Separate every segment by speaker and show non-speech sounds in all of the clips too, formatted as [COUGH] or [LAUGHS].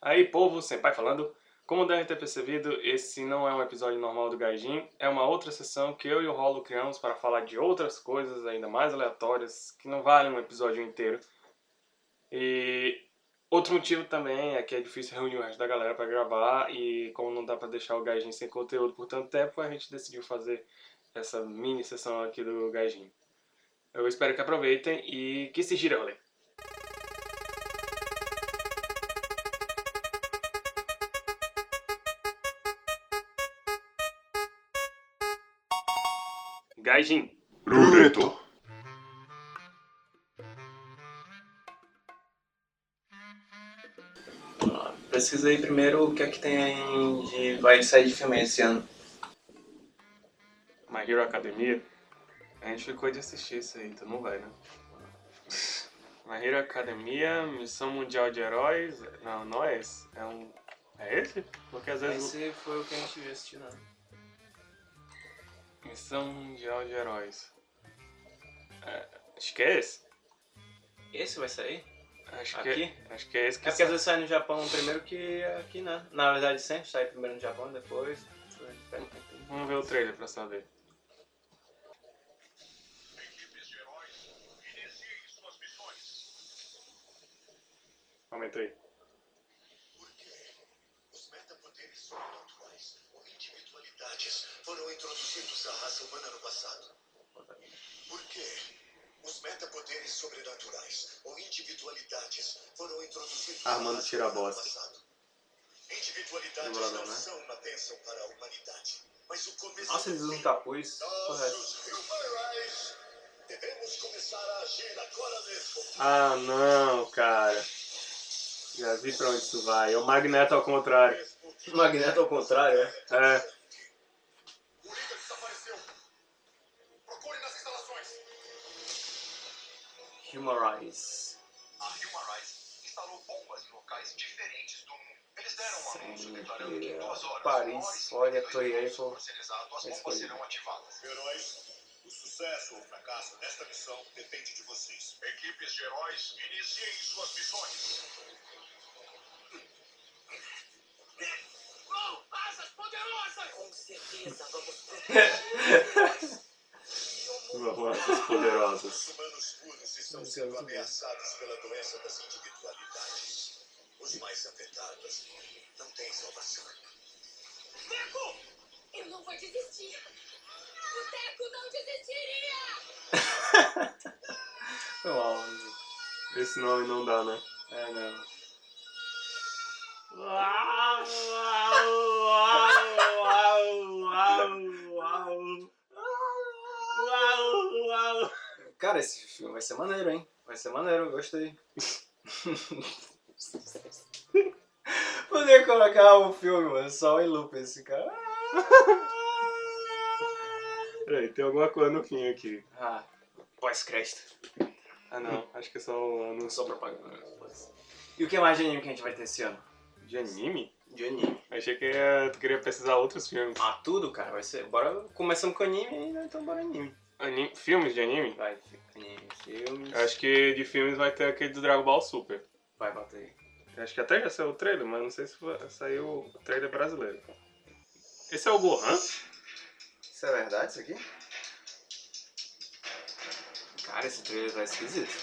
Speaker 1: Aí, povo, sem pai falando. Como deve ter percebido, esse não é um episódio normal do Gaijin, é uma outra sessão que eu e o Rolo criamos para falar de outras coisas ainda mais aleatórias que não valem um episódio inteiro. E outro motivo também é que é difícil reunir o resto da galera para gravar e como não dá para deixar o Gaijin sem conteúdo por tanto tempo, a gente decidiu fazer essa mini sessão aqui do Gaijin. Eu espero que aproveitem e que se gira, rolê. Gaijin.
Speaker 2: Rureto.
Speaker 3: Pesquisa aí primeiro o que é que tem de. Vai sair de filme esse ano.
Speaker 1: My Hero Academia. A gente ficou de assistir isso aí, tu não vai, né? [LAUGHS] My Hero Academia, Missão Mundial de Heróis. Não, não é esse. É um. É esse? Porque às vezes.
Speaker 3: Esse foi o que a gente viu né? assistindo.
Speaker 1: Missão Mundial de Heróis. É, acho que é esse.
Speaker 3: Esse vai sair?
Speaker 1: Acho que,
Speaker 3: Aqui?
Speaker 1: acho que é esse que
Speaker 3: É porque às vezes sai no Japão primeiro que aqui, né? Na verdade sempre sai primeiro no Japão, depois.
Speaker 1: Vamos ver o trailer pra saber. Aumenta aí.
Speaker 4: Os metapoderes sobrenaturais ou individualidades foram introduzidos à raça humana no passado. Por quê? Os metapoderes sobrenaturais ou individualidades foram introduzidos
Speaker 3: Armando
Speaker 4: à raça
Speaker 3: tira a
Speaker 4: humana no
Speaker 3: bosta.
Speaker 4: passado. Individualidades
Speaker 3: Dublador,
Speaker 4: não
Speaker 3: né?
Speaker 4: são uma bênção para a humanidade, mas o começo
Speaker 3: Nossa,
Speaker 4: do
Speaker 3: eles tá usam
Speaker 4: fim.
Speaker 3: capuz.
Speaker 4: Nós,
Speaker 3: Correto.
Speaker 4: os Humarais, devemos começar a agir agora mesmo.
Speaker 1: Ah, não, cara. Já vi pra onde isso vai. É o Magneto ao contrário.
Speaker 4: Mesmo que
Speaker 3: Magneto ao contrário, é?
Speaker 1: É.
Speaker 4: O líder desapareceu. Procure nas instalações.
Speaker 3: [LAUGHS] Humorize.
Speaker 4: A Human Rights instalou bombas em locais diferentes do mundo. Eles deram um
Speaker 3: Sim,
Speaker 4: anúncio declarando que em
Speaker 3: é.
Speaker 4: duas horas,
Speaker 3: Paris,
Speaker 4: uma hora e
Speaker 3: olha,
Speaker 4: 52
Speaker 3: tô aí, É
Speaker 4: minutos,
Speaker 3: vou-
Speaker 4: por ser exato, as
Speaker 3: vou
Speaker 4: bombas
Speaker 3: escolher.
Speaker 4: serão ativadas. Heróis, o sucesso ou fracasso desta missão depende de vocês. Equipes de heróis, iniciem suas missões. Vão, asas poderosas!
Speaker 5: Com certeza vamos proteger.
Speaker 2: Romances poderosas.
Speaker 4: Os humanos puros estão
Speaker 3: Isso é
Speaker 4: sendo
Speaker 3: muito bom.
Speaker 4: ameaçados pela doença das individualidades. Os mais afetados não têm salvação. Deco!
Speaker 5: Eu não vou desistir. O Teco não desistiria.
Speaker 3: Foi mal, mano.
Speaker 2: Esse nome não dá, né?
Speaker 3: É, não. Cara, esse filme vai ser maneiro, hein? Vai ser maneiro, eu gostei. [LAUGHS] Poder colocar o filme, mano, só em loop esse cara. [LAUGHS]
Speaker 2: Peraí, tem alguma coisa no fim aqui.
Speaker 3: Ah, pós-crédito.
Speaker 1: Ah, não. Acho que é só o anúncio
Speaker 3: Só propaganda. né? E o que mais de anime que a gente vai ter esse ano?
Speaker 1: de anime.
Speaker 3: De anime.
Speaker 1: Achei que ia- tu queria pesquisar outros filmes.
Speaker 3: Ah, tudo, cara, vai ser. Bora. Começamos com anime, né? então bora anime.
Speaker 1: Ani- Filmes de anime?
Speaker 3: Vai, anime, filmes.
Speaker 1: Eu Acho que de filmes vai ter aquele do Dragon Ball Super.
Speaker 3: Vai, bota aí.
Speaker 1: Eu Acho que até já saiu o trailer, mas não sei se foi- saiu o trailer brasileiro. Esse é o Gohan?
Speaker 3: Isso é verdade, isso aqui? Cara, esse trailer tá esquisito.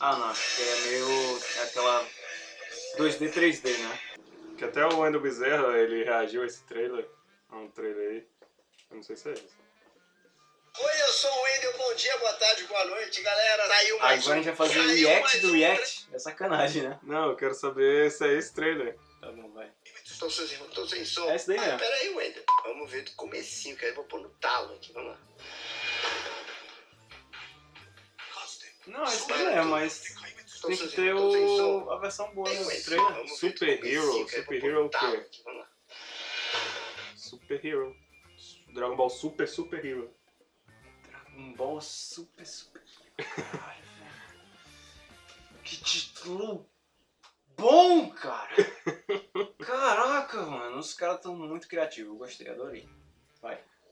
Speaker 3: Ah, não, porque é meio. é aquela. 2D, 3D, né?
Speaker 1: Que até o Wendel Bezerra, ele reagiu a esse trailer. A um trailer aí. Eu não sei se é esse.
Speaker 4: Oi, eu sou o Wendel. Bom dia, boa tarde, boa noite, galera. Tá Saiu
Speaker 3: Ah, Agora a gente vai fazer o
Speaker 4: saiu
Speaker 3: react
Speaker 4: mais
Speaker 3: do
Speaker 4: um
Speaker 3: react. É sacanagem, né?
Speaker 1: Não, eu quero saber se é esse trailer.
Speaker 3: Tá bom, vai.
Speaker 4: Estou sem, estou sem som.
Speaker 3: É isso daí mesmo.
Speaker 4: Pera aí, Wendel. Vamos ver do comecinho, cara. Eu vou pôr no talo aqui, vamos lá.
Speaker 3: Não, é isso daí mesmo, mas.
Speaker 4: Estou
Speaker 3: Tem
Speaker 4: sem
Speaker 3: que
Speaker 4: som,
Speaker 3: ter
Speaker 4: estou sem som.
Speaker 3: o... a versão boa né,
Speaker 4: Tem
Speaker 3: do
Speaker 4: esse,
Speaker 3: trailer.
Speaker 4: vamos ver do
Speaker 1: Super Hero.
Speaker 4: comecinho, cara.
Speaker 1: Super
Speaker 4: Eu vou
Speaker 3: é
Speaker 4: pôr
Speaker 1: Hero
Speaker 4: no
Speaker 1: o
Speaker 4: talo
Speaker 1: quê?
Speaker 4: aqui, vamos lá.
Speaker 1: Super Hero. Dragon Ball Super Super Hero.
Speaker 3: Um bom super, super. Caralho, velho. Que título bom, cara! Caraca, mano, os caras estão muito criativos. Eu gostei, adorei.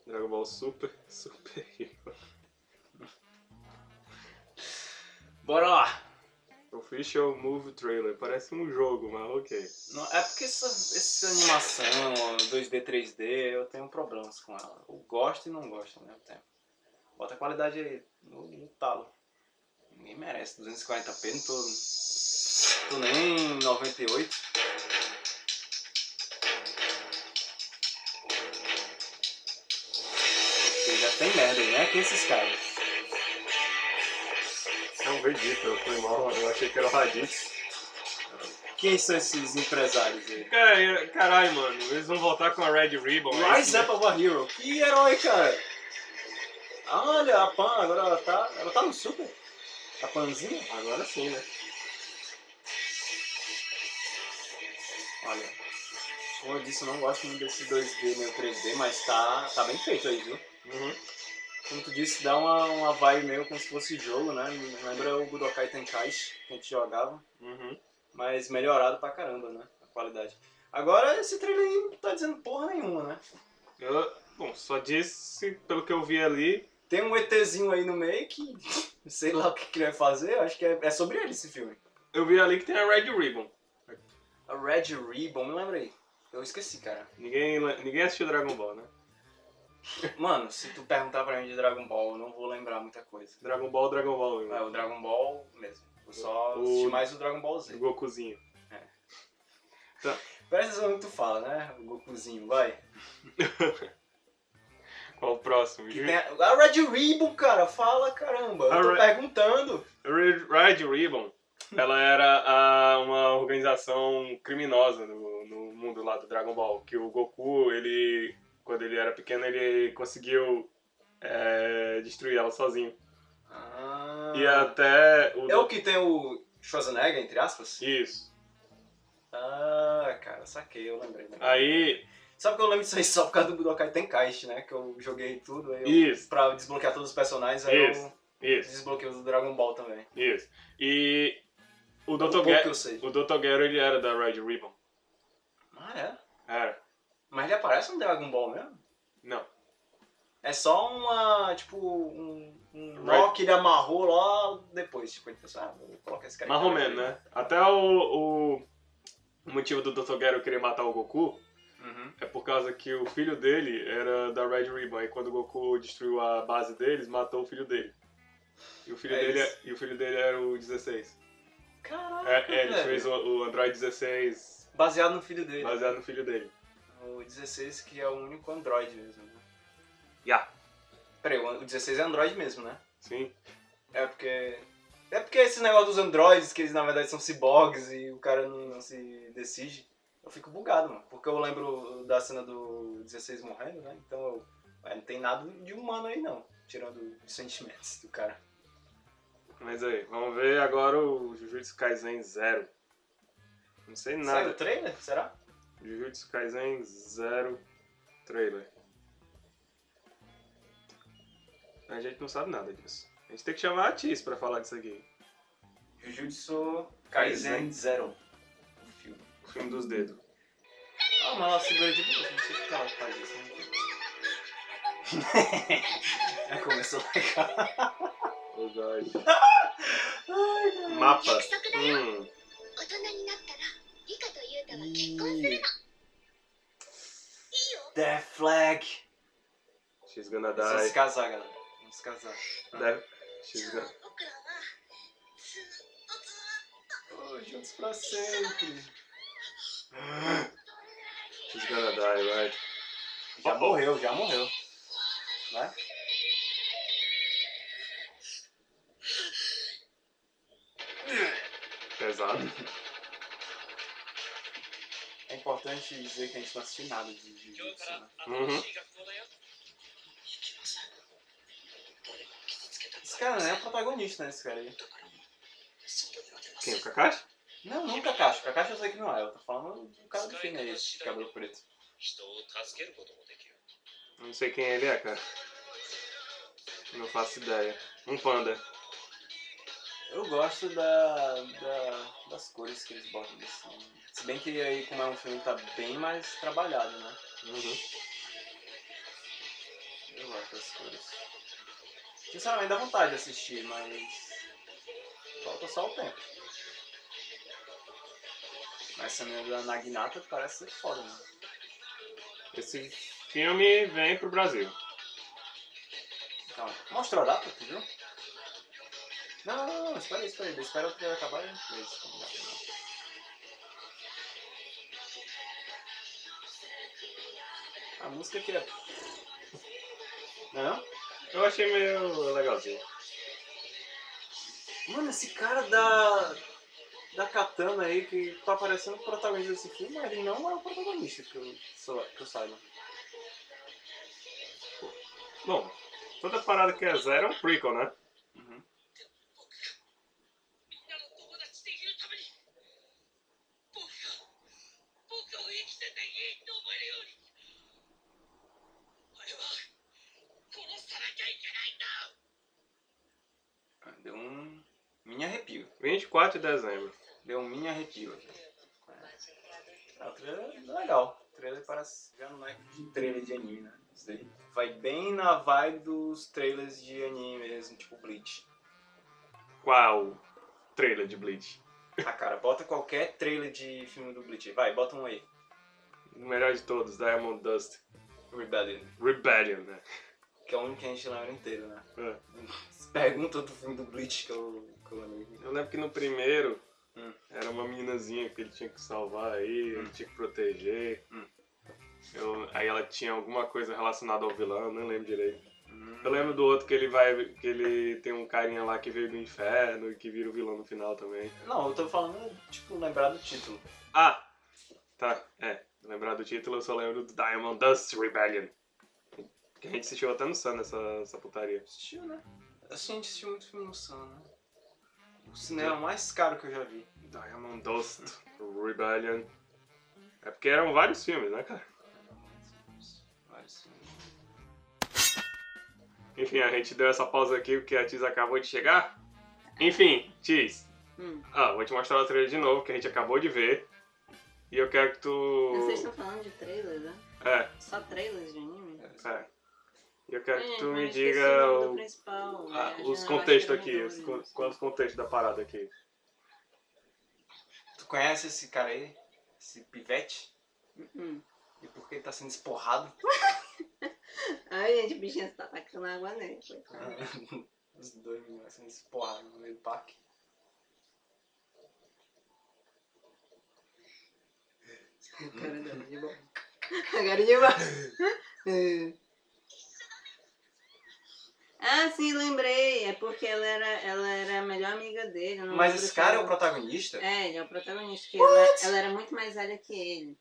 Speaker 1: Dragon Ball Super [LAUGHS] Super Hero.
Speaker 3: Bora lá!
Speaker 1: Official Move Trailer. Parece um jogo, mas ok.
Speaker 3: Não, é porque essa, essa animação, ó, 2D, 3D, eu tenho problemas com ela. Eu gosto e não gosto ao mesmo tempo. Bota a qualidade aí no, no talo. Ninguém merece. 240p, não tô, tô nem em 98. Porque Já tem merda, né? Que esses caras.
Speaker 1: É um Vegeta, foi mal. Eu achei que era um o Raditz.
Speaker 3: Quem são esses empresários aí?
Speaker 1: Cara, e- Caralho, mano. Eles vão voltar com a Red Ribbon. é isso,
Speaker 3: Rise Up of a Hero. Que herói, cara. Olha, a Pan agora ela tá, ela tá no Super. A Panzinha? Agora sim, né? Olha, como eu disse, eu não gosto muito desse né, 2D meio 3D, mas tá, tá bem feito aí, viu?
Speaker 1: né? Uhum.
Speaker 3: Como tu disse, dá uma, uma vibe meio como se fosse jogo, né? Me Lembra o Budokai Tenkaichi que a gente jogava
Speaker 1: Uhum.
Speaker 3: mas melhorado pra caramba, né? A qualidade. Agora esse trailer aí não tá dizendo porra nenhuma, né?
Speaker 1: Eu- bom, só disse, pelo que eu vi ali,
Speaker 3: Tem um ETzinho aí no meio que [LAUGHS] sei lá o que, que ele vai fazer, acho que é, é sobre ele esse filme.
Speaker 1: eu vi ali que tem a Red Ribbon.
Speaker 3: A Red Ribbon, me lembra aí. Eu esqueci, cara.
Speaker 1: Ninguém, le- ninguém assistiu Dragon Ball, né?
Speaker 3: Mano, se tu perguntar pra mim de Dragon Ball, eu não vou lembrar muita coisa.
Speaker 1: Dragon Ball, Dragon Ball né?
Speaker 3: É
Speaker 1: mesmo.
Speaker 3: o Dragon Ball mesmo. Eu só
Speaker 1: O-
Speaker 3: assisti mais o Dragon Ball Z.
Speaker 1: Gokuzinho.
Speaker 3: Presta atenção no que tu fala, né? O Gokuzinho, vai.
Speaker 1: Qual o próximo?
Speaker 3: Que tem a... a Red Ribbon, cara, fala caramba.
Speaker 1: A
Speaker 3: Eu tô
Speaker 1: Red-
Speaker 3: perguntando.
Speaker 1: Red Red Ribbon, ela era a- uma organização criminosa no, no mundo lá do Dragon Ball, que o Goku, ele, quando ele era pequeno, ele conseguiu é, destruir ela sozinho.
Speaker 3: Ah.
Speaker 1: E até o...
Speaker 3: É o que tem o Schwarzenegger, entre aspas?
Speaker 1: Isso.
Speaker 3: Ah, cara, saquei, eu lembrei. né?
Speaker 1: Aí,
Speaker 3: Sabe que eu lembro disso aí só por causa do Budokai Tenkaichi, né? Que eu joguei tudo, aí eu,
Speaker 1: isso,
Speaker 3: pra desbloquear todos os personagens, aí
Speaker 1: Isso.
Speaker 3: eu
Speaker 1: isso,
Speaker 3: desbloqueei os do Dragon Ball também.
Speaker 1: isso. E o
Speaker 3: O
Speaker 1: Dr.
Speaker 3: Um pouco que
Speaker 1: Gero,
Speaker 3: eu sei.
Speaker 1: o Dr. Gero, ele era da Red Ribbon.
Speaker 3: Ah, é?
Speaker 1: Era.
Speaker 3: Mas ele aparece no Dragon Ball mesmo?
Speaker 1: Não.
Speaker 3: É só uma, tipo, um, um
Speaker 1: Right.
Speaker 3: nó que ele amarrou lá depois. Tipo, ele pensou, ah, vou colocar esse cara aqui.
Speaker 1: Mais ou menos, né? Até o, o o motivo do Dr. Gero querer matar o Goku
Speaker 3: Uhum.
Speaker 1: É por causa que o filho dele era da Red Ribbon, e quando o Goku destruiu a base deles, matou o filho dele. E o filho,
Speaker 3: É
Speaker 1: dele,
Speaker 3: isso. Ah,
Speaker 1: e o filho dele era o 16.
Speaker 3: Caraca,
Speaker 1: É, é, ele
Speaker 3: velho.
Speaker 1: fez o, o Android 16
Speaker 3: Baseado no filho dele.
Speaker 1: baseado no filho dele.
Speaker 3: O 16 que é o único Android mesmo. né?
Speaker 1: Ya.
Speaker 3: Peraí, o o 16 é Android mesmo, né?
Speaker 1: Sim.
Speaker 3: É porque. É porque esse negócio dos androides, que eles na verdade são ciborgues e o cara não, não se decide, eu fico bugado, mano. Porque eu lembro da cena do 16 morrendo, né? Então eu. Mas não tem nada de humano aí não, tirando os sentimentos do cara.
Speaker 1: Mas aí, vamos ver agora o Jujutsu Kaisen Zero. Não sei
Speaker 3: Saiu o
Speaker 1: nada.
Speaker 3: trailer? Será?
Speaker 1: Jujutsu Kaisen Zero trailer. A gente não sabe nada disso. A gente tem que chamar a Tis pra falar disso aqui.
Speaker 3: Jujutsu
Speaker 1: Kaisen
Speaker 3: Kaisen Zero. O filme.
Speaker 1: O filme Um dos dedos.
Speaker 3: Ah, mas ela segura de boa, não sei por que ela faz isso. [LAUGHS] Né? Já começou legal.
Speaker 1: Oh, [LAUGHS] God.
Speaker 3: Ai, cara.
Speaker 1: Mapa.
Speaker 5: 約束だよ
Speaker 1: Hum.
Speaker 5: 大人になったらリカとユウタは結婚するのいいよ
Speaker 3: Death Flag.
Speaker 1: She's gonna
Speaker 3: Precisa
Speaker 1: die.
Speaker 3: se casar, galera. Vamos se casar.
Speaker 1: Deve-
Speaker 5: じ
Speaker 1: She's
Speaker 5: ゃあ
Speaker 1: gonna...
Speaker 5: 僕らはずっとずっ
Speaker 3: juntos pra sempre.
Speaker 1: She's gonna die, right?
Speaker 3: Já morreu, já morreu. Né?
Speaker 1: Pesado.
Speaker 3: É importante dizer que a gente não assistiu nada de de Jujutsu, né?
Speaker 1: Uhum.
Speaker 5: と行きません誰も傷つけたく
Speaker 3: Esse cara não é o protagonista, né? Esse cara aí.
Speaker 5: 外には出ま
Speaker 1: Quem, é o Kakashi?
Speaker 3: Não, não o Kakashi. O Kakashi eu sei que não é. Eu tô falando do cara do filme tá aí, esse de cabelo preto.
Speaker 6: 人を助けることもできる
Speaker 1: Não sei quem ele é, cara. Não faço ideia. Um panda.
Speaker 3: Eu gosto da, da- das cores que eles botam nesse filme. Se bem que aí, como é um filme que tá bem mais trabalhado, né?
Speaker 1: Uhum.
Speaker 3: Eu gosto das cores. Sinceramente, dá vontade de assistir, mas. Falta só o tempo. Mas essa menina da Naginata parece ser foda, mano.
Speaker 1: Esse filme vem pro Brasil.
Speaker 3: Então, mostra a data, tu viu? Não, não, não, não, espera aí, espera aí. Espera o trailer acabar e a gente vê isso. como vai. A música que é. Não é não?
Speaker 1: Eu achei meio legalzinho.
Speaker 3: Mano, esse cara da. Da katana aí que tá parecendo o protagonista desse filme, mas ele não é o protagonista que eu, sou- que eu saiba.
Speaker 1: Bom, toda parada que é zero é um prequel, né?
Speaker 5: みんなの友達でいるために僕が僕を生きてていいと思えるように俺は殺さなきゃいけ
Speaker 3: Deu
Speaker 5: ないんだ
Speaker 3: um. Mini arrepio.
Speaker 1: 24 de dezembro.
Speaker 3: Deu um mini arrepio aqui. Ah, o trailer é legal. O trailer parece. Já não é de trailer de anime, né? Isso daí vai bem na vibe dos trailers de anime mesmo, tipo Bleach.
Speaker 1: Qual trailer de Bleach?
Speaker 3: Ah, cara, bota qualquer trailer de filme do Bleach. Vai, bota um aí.
Speaker 1: O melhor de todos, Diamond Dust
Speaker 3: Rebellion.
Speaker 1: Rebellion, né?
Speaker 3: Que é o único que a gente lembra inteiro, né?
Speaker 1: É.
Speaker 3: Pergunta do filme do Bleach que eu, que eu lembro.
Speaker 1: Eu lembro que no primeiro
Speaker 3: Hum.
Speaker 1: era uma meninazinha que ele tinha que salvar aí, ele tinha que proteger.
Speaker 3: Hum.
Speaker 1: Eu- aí ela tinha alguma coisa relacionada ao vilão, eu não lembro direito.
Speaker 3: Hum,
Speaker 1: Eu lembro do outro que ele vai. que ele tem um carinha lá que veio do inferno e que vira o vilão no final também.
Speaker 3: Não, eu tô falando, tipo, lembrar do título.
Speaker 1: Ah! Tá, é. Lembrar do título, eu só lembro do Diamond Dust Rebellion. Que a gente assistiu até no Sun essa, essa putaria.
Speaker 3: Assistiu, né? Assim, a gente assistiu muito filme no Sun, né? O cinema mais caro que eu já vi.
Speaker 1: Diamond Dust Rebellion. É porque eram vários filmes, né, cara?
Speaker 3: Vários filmes.
Speaker 1: Enfim, a gente deu essa pausa aqui porque a Tiz acabou de chegar. Enfim, Tiz.
Speaker 7: Hum.
Speaker 1: Ah, vou te mostrar o trailer de novo que a gente acabou de ver. E eu quero que tu.
Speaker 7: Vocês estão falando de trailers, né?
Speaker 1: É,
Speaker 7: Só trailers de anime?
Speaker 1: é. E eu quero que
Speaker 7: Gente,
Speaker 1: tu
Speaker 7: É, mas
Speaker 1: me
Speaker 7: eu esqueci
Speaker 1: diga
Speaker 7: o nome do
Speaker 1: o-
Speaker 7: principal, né?
Speaker 1: ah,
Speaker 7: A
Speaker 1: os
Speaker 7: General
Speaker 1: contextos
Speaker 7: Akira
Speaker 1: aqui, os
Speaker 7: Midori.
Speaker 1: con- qual os contextos da parada aqui.
Speaker 3: Tu conhece esse cara aí? Esse pivete?
Speaker 7: Hum.
Speaker 3: E por que ele tá sendo esporrado? [LAUGHS]
Speaker 7: Ai, gente, o bichinho tá tacando água [LAUGHS] nele. coitado.
Speaker 3: Os dois meninos sendo esporrados no meio do parque.
Speaker 7: A cara dela de bom. A cara de bom. [LAUGHS] Ah, sim, lembrei. É porque ela era, ela era a melhor amiga dele. eu não
Speaker 3: Mas
Speaker 7: lembro
Speaker 3: esse
Speaker 7: se
Speaker 3: cara é
Speaker 7: ela-
Speaker 3: o protagonista?
Speaker 7: É, ele é o protagonista. Que ela, ela era muito mais velha que ele.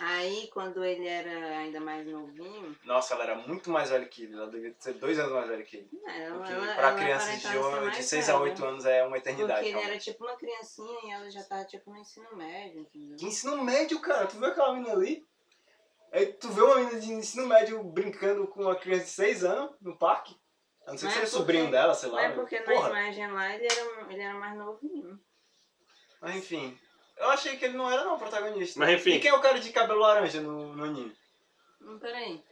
Speaker 7: Aí, quando ele era ainda mais novinho,
Speaker 3: Nossa, ela era muito mais velha que ele. Ela devia ser dois anos mais velha que ele.
Speaker 7: né, ela, é
Speaker 3: Porque
Speaker 7: ela
Speaker 3: pra
Speaker 7: ela
Speaker 3: criança de,
Speaker 7: aparentava ser
Speaker 3: hoje, de
Speaker 7: mais
Speaker 3: 6 a
Speaker 7: velha. né?
Speaker 3: 8 anos é uma
Speaker 7: Porque
Speaker 3: eternidade.
Speaker 7: ele era
Speaker 3: realmente.
Speaker 7: tipo uma criancinha e ela já tava tipo no ensino médio, entendeu?
Speaker 3: Que ensino médio, cara? Tu viu aquela menina ali? Aí tu vê uma menina de ensino médio brincando com uma criança de 6 anos no parque? A não ser que
Speaker 7: Mas
Speaker 3: seja
Speaker 7: é porque-
Speaker 3: sobrinho dela, sei
Speaker 7: Não
Speaker 3: lá.
Speaker 7: é porque na
Speaker 3: Porra.
Speaker 7: imagem lá ele era, um- ele era mais novinho.
Speaker 3: Mas enfim. Eu achei que ele não era não o protagonista.
Speaker 1: Mas enfim.
Speaker 3: E quem é o cara de cabelo laranja no, no anime?
Speaker 7: Hum, Peraí.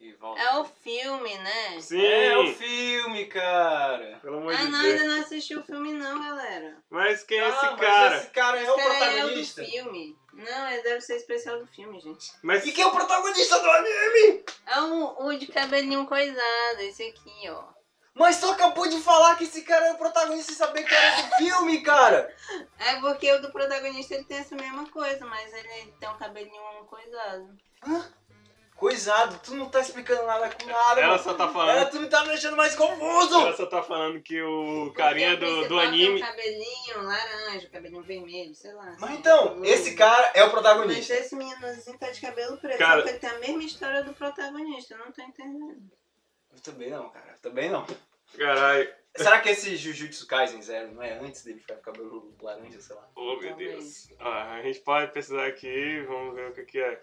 Speaker 3: E volta.
Speaker 7: É o filme, né?
Speaker 1: Sim!
Speaker 3: É o filme, cara.
Speaker 1: Pelo amor
Speaker 7: Ah,
Speaker 1: de
Speaker 7: não,
Speaker 1: Deus.
Speaker 7: ainda não assisti o filme não, galera.
Speaker 1: Mas quem é
Speaker 3: Ah,
Speaker 1: esse
Speaker 3: mas
Speaker 1: cara?
Speaker 3: Esse cara é o
Speaker 7: Esse cara é o do
Speaker 3: protagonista.
Speaker 7: filme. Não, ele deve ser especial do filme, gente.
Speaker 1: Mas
Speaker 3: E quem é o protagonista do anime?
Speaker 7: É o, o de cabelinho coisado, esse aqui, ó.
Speaker 3: Mas só acabou de falar que esse cara é o protagonista e saber que era
Speaker 1: [LAUGHS]
Speaker 3: do filme, cara.
Speaker 7: É porque o do protagonista ele tem essa mesma coisa, mas ele tem um cabelinho coisado.
Speaker 3: Coisado, tu não tá explicando nada com nada.
Speaker 1: ela
Speaker 3: mano.
Speaker 1: só tá
Speaker 3: Ela,
Speaker 1: falando.
Speaker 7: é
Speaker 3: tu me tá me deixando mais confuso.
Speaker 1: Ela só tá falando que o carinha
Speaker 7: Porque o
Speaker 1: do, do
Speaker 7: principal tem
Speaker 1: anime.
Speaker 7: Um cabelinho laranja, um cabelinho vermelho, sei lá.
Speaker 3: Mas
Speaker 7: assim,
Speaker 3: então,
Speaker 7: loiro.
Speaker 3: esse cara é o
Speaker 7: Mas
Speaker 3: protagonista.
Speaker 7: esse meninozinho tá de cabelo preto,
Speaker 1: Cara-
Speaker 7: só que ele tem a mesma história do protagonista, eu não tô entendendo.
Speaker 3: Eu também não, cara. Eu também não.
Speaker 1: Caralho.
Speaker 3: Será que esse Jujutsu Kaisen Zero não é antes dele ficar com cabelo laranja, sei lá?
Speaker 1: Oh, meu
Speaker 7: Talvez.
Speaker 1: Deus. Ah, a gente pode pesquisar aqui, vamos ver o que, que é.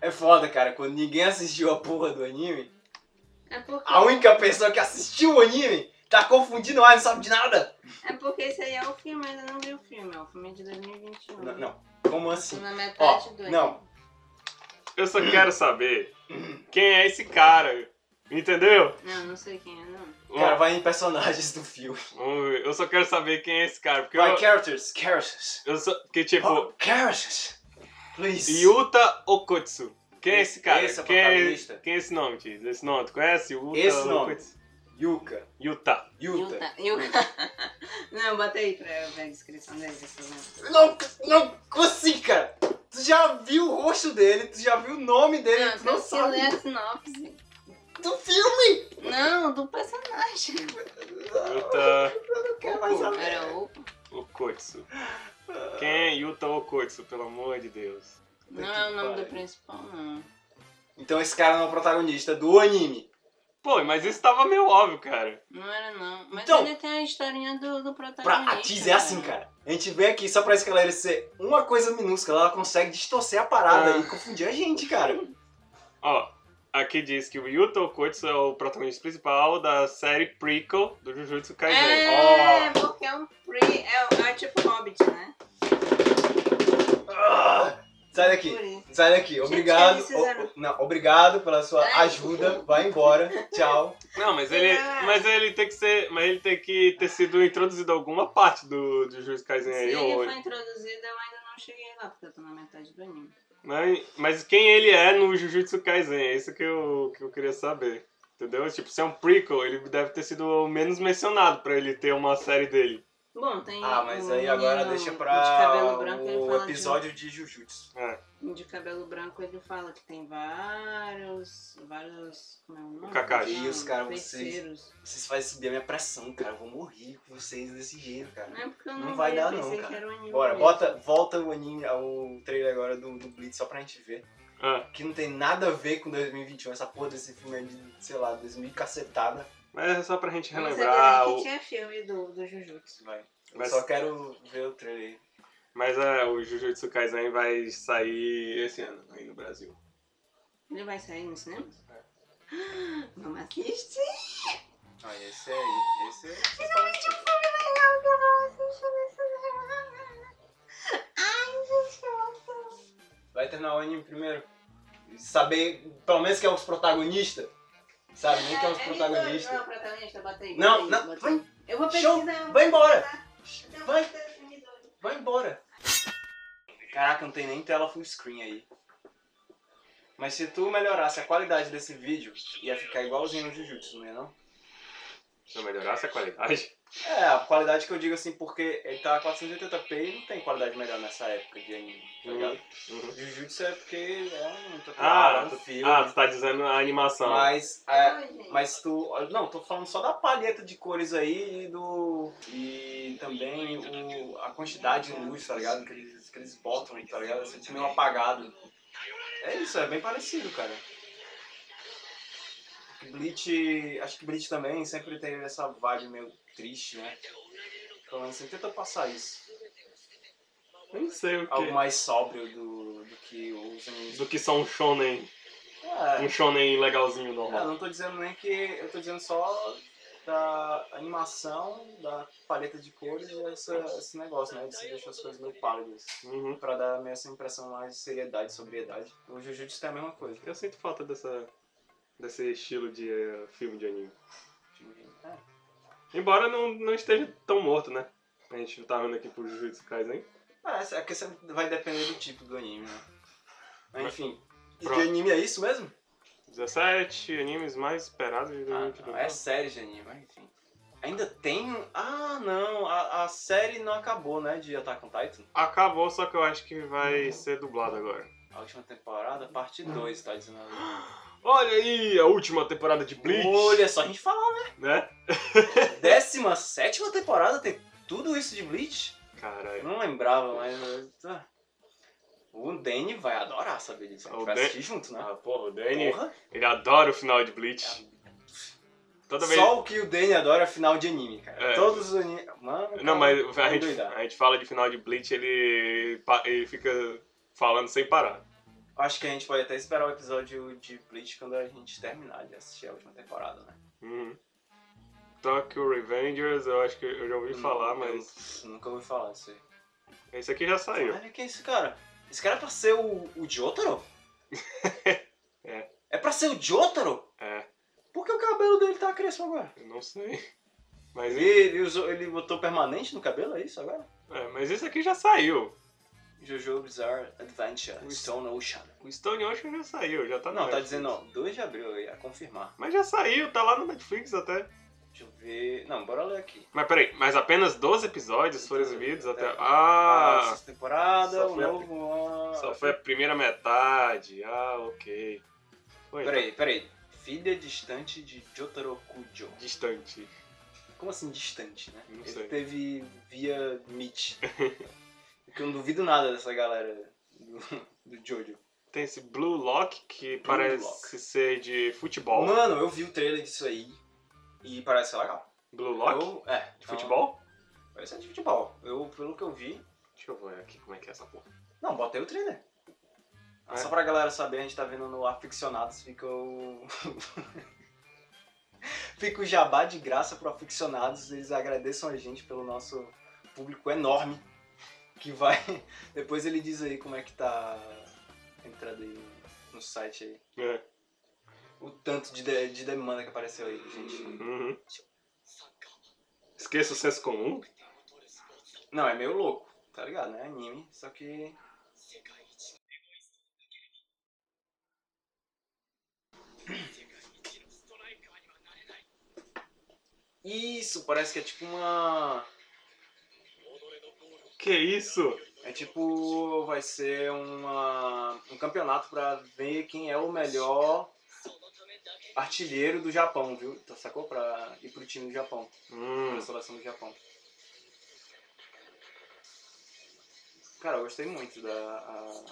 Speaker 3: É foda, cara, quando ninguém assistiu a porra do anime,
Speaker 7: É porque,
Speaker 3: a única pessoa que assistiu o anime tá confundindo nós, não sabe de nada.
Speaker 7: é porque esse aí é o filme, ainda não vi o filme, é o filme de 2021.
Speaker 3: Não, não. como
Speaker 7: Tô
Speaker 3: assim?
Speaker 7: um. Na
Speaker 3: Ó,
Speaker 7: metade do
Speaker 3: não.
Speaker 1: Eu só quero saber quem é esse cara Entendeu?
Speaker 7: Não, não sei quem é, não.
Speaker 3: O
Speaker 1: Hum.
Speaker 3: cara vai em personagens do filme.
Speaker 1: Ah, Vamos ver. Eu só quero saber quem é esse cara. Porque
Speaker 3: Vai,
Speaker 1: eu,
Speaker 3: characters, characters.
Speaker 1: eu só. Que tipo.
Speaker 3: Oh, characters. Please.
Speaker 1: Yuta Okotsu. Quem é esse cara?
Speaker 3: Esse é o
Speaker 1: quem, é,
Speaker 3: protagonista?
Speaker 1: quem é esse nome, Tiz? Esse nome, tu conhece? Yuta
Speaker 3: Esse nome.
Speaker 1: Okotsu.
Speaker 3: Yuka.
Speaker 1: Yuta.
Speaker 3: Yuta.
Speaker 7: Yuta. [LAUGHS] Não, bota aí pra ver a descrição dele. deixa eu ver.
Speaker 3: Não, não, como assim, cara? Tu já viu o rosto dele, tu já viu o nome dele, tu não
Speaker 7: tem que
Speaker 3: sabe
Speaker 7: ler a sinopse.
Speaker 3: do filme!
Speaker 7: Não, do personagem.
Speaker 1: Yuta
Speaker 3: Não quero mais saber.
Speaker 7: Era opa.
Speaker 1: Okotsu. Quem é Yuta Okotsu, pelo amor de Deus?
Speaker 7: Não é o nome do principal, não.
Speaker 3: Então esse cara não é o protagonista do anime.
Speaker 1: Pô, mas isso tava meio óbvio, cara.
Speaker 7: Não era, não. Mas
Speaker 3: Então-
Speaker 7: ele tem a historinha do, do
Speaker 3: Pra
Speaker 7: protagonista. né?
Speaker 3: a Tiz é assim, cara. A gente vem aqui só pra esclarecer uma coisa minúscula, ela consegue distorcer a parada
Speaker 1: Ah.
Speaker 3: e confundir a gente, cara.
Speaker 1: Ó, aqui diz que o Yuta Okotsu é o protagonista principal da série Prequel do Jujutsu Kaisen.
Speaker 7: É, porque é um pre... É, o- é tipo Hobbit, né?
Speaker 3: Ah, sai daqui,
Speaker 7: Por isso.
Speaker 3: sai daqui. Obrigado.
Speaker 7: eles fizeram-
Speaker 3: O- o- não, obrigado pela sua
Speaker 7: Ai.
Speaker 3: ajuda. Vai embora. Tchau.
Speaker 1: Não, mas ele,
Speaker 7: É.
Speaker 1: mas ele tem que ser, mas ele tem que ter sido introduzido a alguma parte do, do Jujutsu Kaisen
Speaker 7: Se
Speaker 1: aí,
Speaker 7: ele
Speaker 1: ou
Speaker 7: foi introduzido, eu ainda não cheguei lá, porque eu tô na metade do anime.
Speaker 1: Mas, né? mas quem ele é no Jujutsu Kaisen? É isso que eu, que eu queria saber. Entendeu? Tipo, se é um prequel, ele deve ter sido o menos mencionado pra ele ter uma série dele.
Speaker 7: Bom, tem
Speaker 3: Ah, mas
Speaker 7: um
Speaker 3: aí agora
Speaker 7: menino
Speaker 3: deixa
Speaker 7: De
Speaker 3: pra
Speaker 7: cabelo branco, ele
Speaker 3: o
Speaker 7: fala de-
Speaker 3: episódio de Jujutsu.
Speaker 7: de cabelo branco ele fala que tem vários. vários. Como é o nome?
Speaker 1: Kakashi.
Speaker 7: Não,
Speaker 3: E os caras, vocês-
Speaker 7: feiticeiros.
Speaker 3: Vocês fazem subir a minha pressão, cara. Eu vou morrer com vocês desse jeito, cara.
Speaker 7: Não é porque eu não,
Speaker 3: Não
Speaker 7: vi,
Speaker 3: vai
Speaker 7: eu
Speaker 3: dar
Speaker 7: pensei
Speaker 3: não,
Speaker 7: que
Speaker 3: cara.
Speaker 7: era um anime
Speaker 3: Bora,
Speaker 7: mesmo.
Speaker 3: bota, volta o anime, o trailer agora do, do Blitz só pra gente ver.
Speaker 1: Ah,
Speaker 3: Que não tem nada a ver com 2021. Essa porra desse filme é de, sei lá, 2000 e cacetada.
Speaker 1: mas é só pra gente
Speaker 7: Eu não
Speaker 1: relembrar.
Speaker 7: sabia nem
Speaker 1: o-
Speaker 7: que tinha filme do, do Jujutsu.
Speaker 3: Vai. Eu
Speaker 1: Mas-
Speaker 3: só quero ver o trailer.
Speaker 1: Mas é, o Jujutsu Kaisen vai sair esse ano aí no Brasil.
Speaker 7: Ele vai sair no cinema?
Speaker 3: É.
Speaker 7: [GASPS] Não assiste?
Speaker 3: Ah, esse aí. Esse é
Speaker 7: Finalmente um filme legal que eu vou assistir nesse cinema. Ai, gente, eu amo.
Speaker 3: Vai terminar o anime primeiro. E Saber, pelo menos, quem é os protagonistas. Sabe, nem quem é os
Speaker 7: É, é
Speaker 3: protagonistas.
Speaker 7: Não, protagonista, bota aí.
Speaker 3: Não,
Speaker 7: bota aí,
Speaker 3: não,
Speaker 7: bota aí.
Speaker 3: vai,
Speaker 7: Eu vou
Speaker 3: show,
Speaker 7: pesquisar. eu vou
Speaker 3: vai embora.
Speaker 7: pesquisar. Não,
Speaker 3: Vai.
Speaker 7: bota aí, me dois.
Speaker 3: Vai embora. Caraca, não tem nem tela full screen aí. Mas se tu melhorasse a qualidade desse vídeo, ia ficar igualzinho no Jujutsu, não ia não?
Speaker 1: Se eu melhorasse a qualidade.
Speaker 3: É, a qualidade que eu digo assim, porque ele tá 480p e não tem qualidade melhor nessa época de anime, tá ligado?
Speaker 1: Uhum.
Speaker 3: Jujutsu é porque é um tutorial, é
Speaker 1: Ah,
Speaker 3: um
Speaker 1: tu-
Speaker 3: filme.
Speaker 1: ah, tu tá dizendo a animação.
Speaker 3: mas, é,
Speaker 7: Ai, gente.
Speaker 3: mas tu. Não, tô falando só da palheta de cores aí e do. E também o, a quantidade de luz, tá ligado? Que eles, que eles botam aí, tá ligado? Você fica meio apagado. É isso, é bem parecido, cara. Bleach. Acho que Bleach também sempre teve essa vibe meio triste, né? Pelo menos você tenta passar isso.
Speaker 1: Eu não sei o
Speaker 3: Algo
Speaker 1: que.
Speaker 3: mais sóbrio do, do que os animes.
Speaker 1: Do que só um shonen.
Speaker 3: É.
Speaker 1: Um shonen legalzinho
Speaker 3: É, eu
Speaker 1: normal.
Speaker 3: não tô dizendo nem que. Eu tô dizendo só da animação, da paleta de cores e essa- esse negócio, né? De se deixar as coisas meio pálidas.
Speaker 1: Uhum.
Speaker 3: Pra dar meio essa impressão mais de seriedade, sobriedade. O Jujutsu tem a mesma coisa.
Speaker 1: Eu sinto falta dessa, desse estilo de eh, filme de anime.
Speaker 3: É.
Speaker 1: Embora não, não esteja tão morto, né? A gente tá vendo aqui pro Jujutsu Kaisen.
Speaker 3: É, é que você vai depender do tipo do anime, né? Mas, enfim. E
Speaker 1: Pronto.
Speaker 3: de anime é isso mesmo?
Speaker 1: 17 animes mais esperados de 2022.
Speaker 3: é série de anime, mas enfim. Ainda tem. Ah, não. A, a série não acabou, né? De Attack on Titan.
Speaker 1: Acabou, só que eu acho que vai ser dublado agora.
Speaker 3: A última temporada, parte 2, tá dizendo ali.
Speaker 1: Olha aí a última temporada de Bleach,
Speaker 3: Olha só, a gente fala
Speaker 1: né?
Speaker 3: 17 temporada tem tudo isso de Bleach? Eu
Speaker 1: Caralho.
Speaker 3: não lembrava, mas. eu- tá. O Danny vai adorar saber disso. A
Speaker 1: O
Speaker 3: gente vai
Speaker 1: Dan-
Speaker 3: assistir junto, né?
Speaker 1: Ah, porra, o Danny,
Speaker 3: Porra!
Speaker 1: ele adora o final de Bleach. Toda vez...
Speaker 3: Só o que o Danny adora é final de anime, cara.
Speaker 1: É.
Speaker 3: Todos os animes. Mano.
Speaker 1: Não,
Speaker 3: cara,
Speaker 1: mas a
Speaker 3: vai
Speaker 1: gente,
Speaker 3: doidar.
Speaker 1: a gente fala de final de Bleach, ele, pa- ele fica falando sem parar.
Speaker 3: Acho que a gente pode até esperar o episódio de Bleach quando a gente terminar de assistir a última temporada, né?
Speaker 1: Uhum. Tokyo Revengers, eu acho que eu já ouvi falar,
Speaker 3: Eu
Speaker 1: mas...
Speaker 3: Nunca ouvi falar disso aí.
Speaker 1: Esse aqui já saiu.
Speaker 3: Olha, que é esse cara? Esse cara é pra ser o, o Jotaro?
Speaker 1: [LAUGHS] É.
Speaker 3: É pra ser o Jotaro?
Speaker 1: É.
Speaker 3: Por o cabelo dele tá crespo agora?
Speaker 1: Eu não sei. Mas,
Speaker 3: Ele, ele, usou, ele botou permanente no cabelo, é isso agora?
Speaker 1: é, mas isso aqui já saiu.
Speaker 3: Jojo Bizarre Adventure Stone Ocean.
Speaker 1: O Stone Ocean já saiu, já tá no
Speaker 3: Não, tá
Speaker 1: Netflix.
Speaker 3: dizendo, ó, 2 de abril aí, a confirmar.
Speaker 1: Mas já saiu, tá lá no Netflix até.
Speaker 3: Deixa eu ver. Não, bora ler aqui.
Speaker 1: Mas pxiii, mas apenas 12 episódios foram exibidos até.
Speaker 3: Ah,
Speaker 1: Ah!
Speaker 3: sexta temporada,
Speaker 1: só
Speaker 3: o
Speaker 1: foi a
Speaker 3: novo. ah,
Speaker 1: Só foi a primeira metade. Ah, ok. Foi
Speaker 3: Peraí, peraí. Filha distante de Jotaro Kujo.
Speaker 1: distante.
Speaker 3: Como assim distante, né?
Speaker 1: Não
Speaker 3: Ele
Speaker 1: sei.
Speaker 3: teve via
Speaker 1: [LAUGHS]
Speaker 3: Meet. Porque eu não duvido nada dessa galera do, do Jojo.
Speaker 1: Tem esse Blue Lock que
Speaker 3: Blue
Speaker 1: parece
Speaker 3: Lock.
Speaker 1: ser de futebol.
Speaker 3: Mano, eu vi o trailer disso aí e parece ser legal.
Speaker 1: Blue Lock?
Speaker 3: Eu- é,
Speaker 1: De
Speaker 3: então,
Speaker 1: futebol?
Speaker 3: Parece ser de futebol. Eu, pelo que eu vi.
Speaker 1: Deixa eu ver aqui como é que é essa porra.
Speaker 3: Não, botei o trailer.
Speaker 1: É.
Speaker 3: Só pra galera saber, a gente tá vendo no Aficionados, fica o. [LAUGHS] fica o jabá de graça pro Aficionados. Eles agradeçam a gente pelo nosso público enorme. Que vai. [LAUGHS] Depois ele diz aí como é que tá a entrada aí no- no site aí.
Speaker 1: É.
Speaker 3: O tanto de, de- de demanda que apareceu aí, gente.
Speaker 1: Uhum. Esqueça o senso comum.
Speaker 3: Não, é meio louco, tá ligado? Né? Anime, só que. Isso, parece que é tipo uma.
Speaker 1: Que isso?
Speaker 3: É tipo. Vai ser uma, um campeonato pra ver quem é o melhor artilheiro do Japão, viu? Tá sacou? Pra ir pro time do Japão,
Speaker 1: Hum.
Speaker 3: pra seleção do Japão. Cara, eu gostei muito da. a-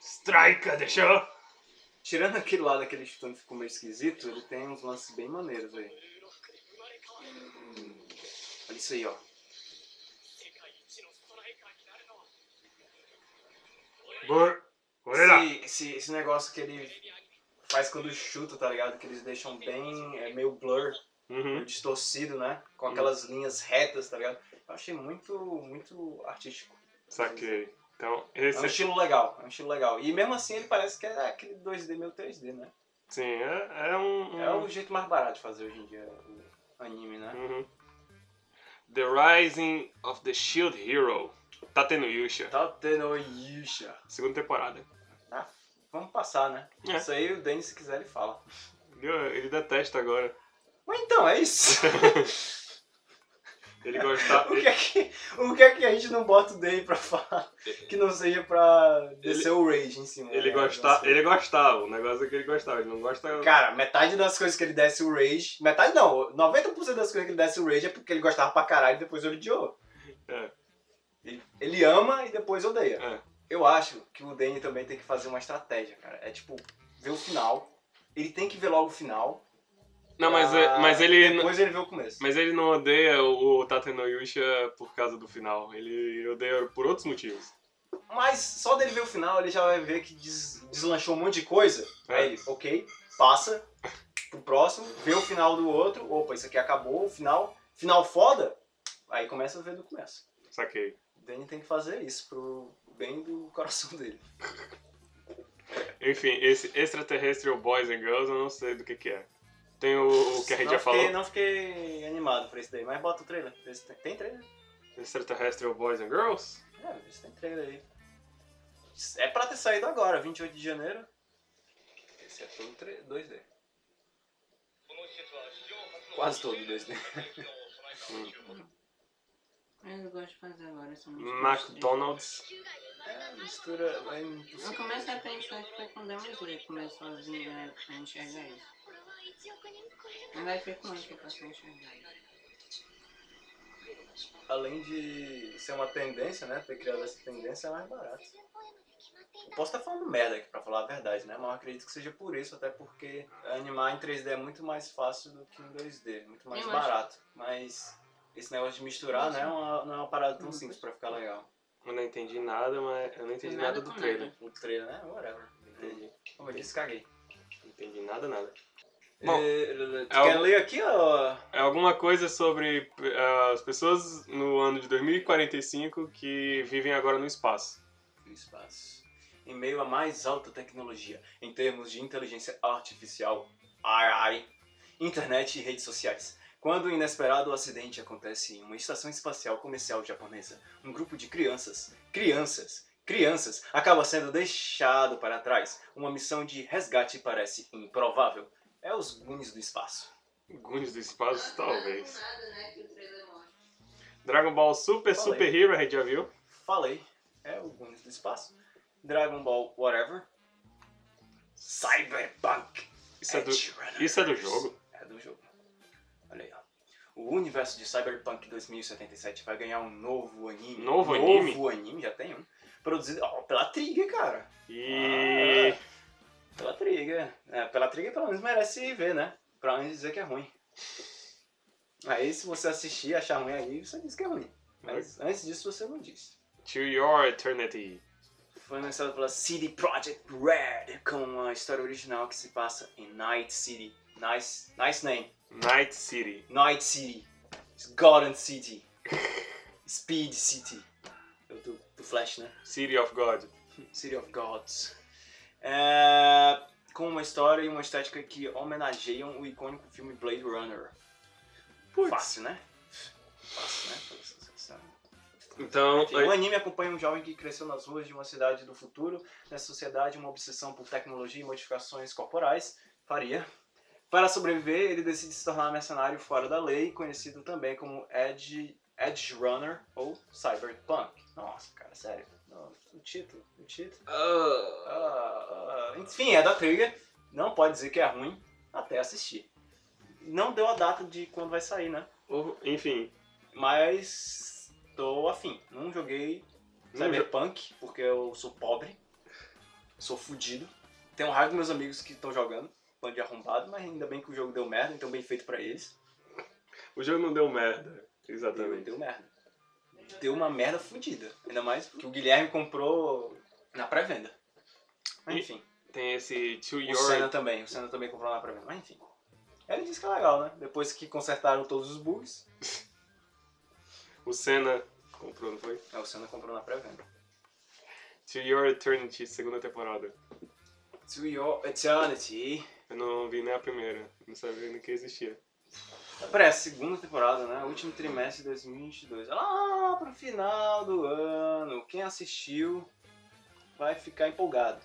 Speaker 1: Striker, deixou?
Speaker 3: Tirando aquele lá daquele estante que ficou meio esquisito, ele tem uns lances bem maneiros aí. Olha isso aí, ó.
Speaker 1: Bor. Orelha.
Speaker 3: Esse, esse, esse negócio que ele faz quando chuta, tá ligado? Que eles deixam bem. é meio blur,
Speaker 1: Uhum.
Speaker 3: meio distorcido, né? Com aquelas linhas retas, tá ligado? Eu achei muito, muito artístico.
Speaker 1: Saquei. Então,
Speaker 3: É um
Speaker 1: esse
Speaker 3: estilo legal, é um estilo legal. E mesmo assim ele parece que é aquele 2D meio 3D, né?
Speaker 1: sim, é, é um.
Speaker 3: É
Speaker 1: um-
Speaker 3: o jeito mais barato de fazer hoje em dia o anime, né?
Speaker 1: Uhum. The Rising of the Shield Hero. Tá tendo Yusha.
Speaker 3: Tá tendo Yusha.
Speaker 1: Segunda temporada.
Speaker 3: Ah, vamos passar, né?
Speaker 1: É.
Speaker 3: Isso aí o Denis, se quiser, ele fala.
Speaker 1: Ele, ele detesta agora.
Speaker 3: Mas então, é isso. [LAUGHS]
Speaker 1: Ele gostava.
Speaker 3: o, que
Speaker 1: ele,
Speaker 3: é que, o que é que a gente não bota o Denis pra falar que não seja pra descer o rage em cima?
Speaker 1: ele,
Speaker 3: né?
Speaker 1: gosta,
Speaker 3: Não sei.
Speaker 1: ele gostava. O negócio é que ele gostava. Ele não gosta.
Speaker 3: Cara, metade das coisas que ele desce o rage... Metade não, 90% das coisas que ele desce o rage é porque ele gostava pra caralho e depois odiou.
Speaker 1: É.
Speaker 3: Ele, ele ama e depois odeia.
Speaker 1: É.
Speaker 3: Eu acho que o Danny também tem que fazer uma estratégia, cara. É tipo, ver o final. Ele tem que ver logo o final.
Speaker 1: Não, mas,
Speaker 3: pra
Speaker 1: é- mas ele. não-
Speaker 3: Depois ele vê o começo.
Speaker 1: Mas ele não odeia o, o Tate no Yusha por causa do final. Ele odeia por outros motivos.
Speaker 3: Mas só dele ver o final, ele já vai ver que des- deslanchou um monte de coisa.
Speaker 1: É.
Speaker 3: Aí ele, ok, passa pro próximo, vê o final do outro. Opa, isso aqui acabou, o final. Final foda. Aí começa a ver do começo.
Speaker 1: Saquei.
Speaker 3: O Danny tem que fazer isso pro bem do [LAUGHS] coração dele.
Speaker 1: Enfim, esse Extraterrestrial Boys and Girls, eu não sei do que que é. Tem o, o que a gente
Speaker 3: não
Speaker 1: já
Speaker 3: fiquei,
Speaker 1: falou.
Speaker 3: Não fiquei animado pra isso daí, mas bota o trailer. Vê se Tem, tem trailer?
Speaker 1: Extraterrestrial Boys and Girls?
Speaker 3: É, isso tem trailer aí. É pra ter saído agora, 28 de janeiro. Esse é todo tre- 2D. Quase todo 2D.
Speaker 7: Mas eu gosto de fazer agora essa música.
Speaker 1: McDonald's.
Speaker 3: É, mistura. É
Speaker 7: Eu
Speaker 3: impossível.
Speaker 7: começo a pensar que foi quando a Wesley começou a vir a a enxergar isso. Mas vai ter quanto que eu posso enxergar isso?
Speaker 3: Além de ser uma tendência, né? Ter criado essa tendência é mais barato. Eu posso estar falando merda aqui, pra falar a verdade, né? Mas eu acredito que seja por isso, até porque animar em 3D é muito mais fácil do que em 2D, muito mais
Speaker 7: Eu acho.
Speaker 3: barato. Mas esse negócio de misturar, né? é uma- não é uma parada
Speaker 7: Uhum.
Speaker 3: tão simples pra ficar legal.
Speaker 1: Eu não entendi nada, mas eu não entendi nada, do
Speaker 7: com
Speaker 1: trailer.
Speaker 7: nada.
Speaker 3: O trailer, né? Whatever.
Speaker 1: Entendi.
Speaker 3: Como eu disse, caguei.
Speaker 1: Não entendi nada, nada. Bom,
Speaker 3: Bom, tu
Speaker 1: é
Speaker 3: quer
Speaker 1: o-
Speaker 3: ler aqui, ó?
Speaker 1: É alguma coisa sobre eh, as pessoas no ano de 2045 que vivem agora no espaço.
Speaker 3: No espaço. Em meio à mais alta tecnologia, em termos de inteligência artificial, AI, internet e redes sociais. Quando um inesperado acidente acontece em uma estação espacial comercial japonesa, um grupo de crianças, crianças, crianças, acaba sendo deixado para trás. Uma missão de resgate parece improvável. É os Goonies do espaço.
Speaker 1: Guns do espaço, talvez.
Speaker 7: nada, né, que o trailer mostra.
Speaker 1: Dragon Ball Super
Speaker 3: Falei.
Speaker 1: Super Hero, a gente já viu.
Speaker 3: Falei, é o Goonies do espaço. Dragon Ball Whatever. Cyberpunk.
Speaker 1: Isso é do,
Speaker 3: Edge Runners.
Speaker 1: isso é do jogo?
Speaker 3: É do jogo. Olha aí, ó. O universo de Cyberpunk 2077 vai ganhar um novo anime.
Speaker 1: Novo anime?
Speaker 3: Novo anime, já tem um. Produzido ó, pela Trigger, cara. Ah, é.
Speaker 1: E.
Speaker 3: Pela Trigger. É, pela Trigger pelo menos merece ver, né? Pra não dizer que é ruim. Aí se você assistir e achar ruim aí, você diz que é ruim. Mas antes disso você não diz.
Speaker 1: To Your Eternity.
Speaker 3: Foi lançado pela CD Projekt Red, com a história original que se passa em Night City. Nice, nice name.
Speaker 1: Night City.
Speaker 3: Night City, Garden City, Speed City, do, do- do Flash, né?
Speaker 1: City of God.
Speaker 3: City of Gods. É, com uma história e uma estética que homenageiam o icônico filme Blade Runner. Fácil, né? Fácil, né?
Speaker 1: Então,
Speaker 3: Enfim, o anime acompanha um jovem que cresceu nas ruas de uma cidade do futuro. Nessa sociedade, uma obsessão por tecnologia e modificações corporais faria. Para sobreviver, ele decide se tornar mercenário fora da lei, conhecido também como Edge, Edge Runner ou Cyberpunk. Nossa, cara, sério. Não, o título, o título. Ah, ah. Enfim, é da Trigger. Não pode dizer que é ruim até assistir. Não deu a data de quando vai sair, né?
Speaker 1: o- enfim.
Speaker 3: Mas tô afim. Não joguei
Speaker 1: Não
Speaker 3: Cyberpunk, porque eu sou pobre. Sou fudido. Tenho raiva dos meus amigos que estão jogando. Bando de arrombado, mas ainda bem que o jogo deu merda, então bem feito pra eles.
Speaker 1: O jogo não deu merda.
Speaker 3: Deu,
Speaker 1: Exatamente.
Speaker 3: deu merda. Deu uma merda fudida. Ainda mais porque o Guilherme comprou na pré-venda. Mas
Speaker 1: E-
Speaker 3: Enfim.
Speaker 1: Tem esse To
Speaker 3: O Senna
Speaker 1: Your.
Speaker 3: também. O Senna também comprou na pré-venda. Mas enfim. Ele disse que é legal, né? Depois que consertaram todos os bugs,
Speaker 1: O Senna comprou, não foi?
Speaker 3: é, o Senna comprou na pré-venda.
Speaker 1: To Your Eternity, segunda temporada.
Speaker 3: To your eternity.
Speaker 1: Eu não vi nem a primeira. Não sabia nem que existia.
Speaker 3: Pera, é a segunda temporada, né? Último trimestre de 2022. É Lá pro final do ano. Quem assistiu vai ficar empolgado.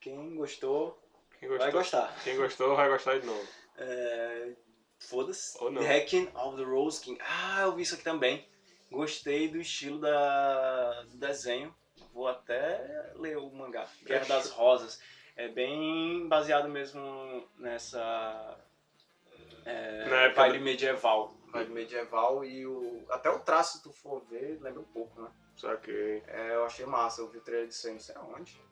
Speaker 3: Quem gostou,
Speaker 1: Quem gostou,
Speaker 3: vai gostar.
Speaker 1: Quem gostou vai gostar de novo.
Speaker 3: É... Foda-se.
Speaker 1: Ou não.
Speaker 3: The Hacking of the Rose King. Ah, eu vi isso aqui também. Gostei do estilo da... do desenho. Vou até ler o mangá. Guerra das Rosas. É bem baseado mesmo nessa
Speaker 1: Na
Speaker 3: É,
Speaker 1: época
Speaker 3: vibe medieval. Vibe medieval e o. Até o traço, se tu for ver, lembra um pouco, né?
Speaker 1: do... Só que...
Speaker 3: É, eu achei massa, eu vi o trailer disso aí, não sei aonde.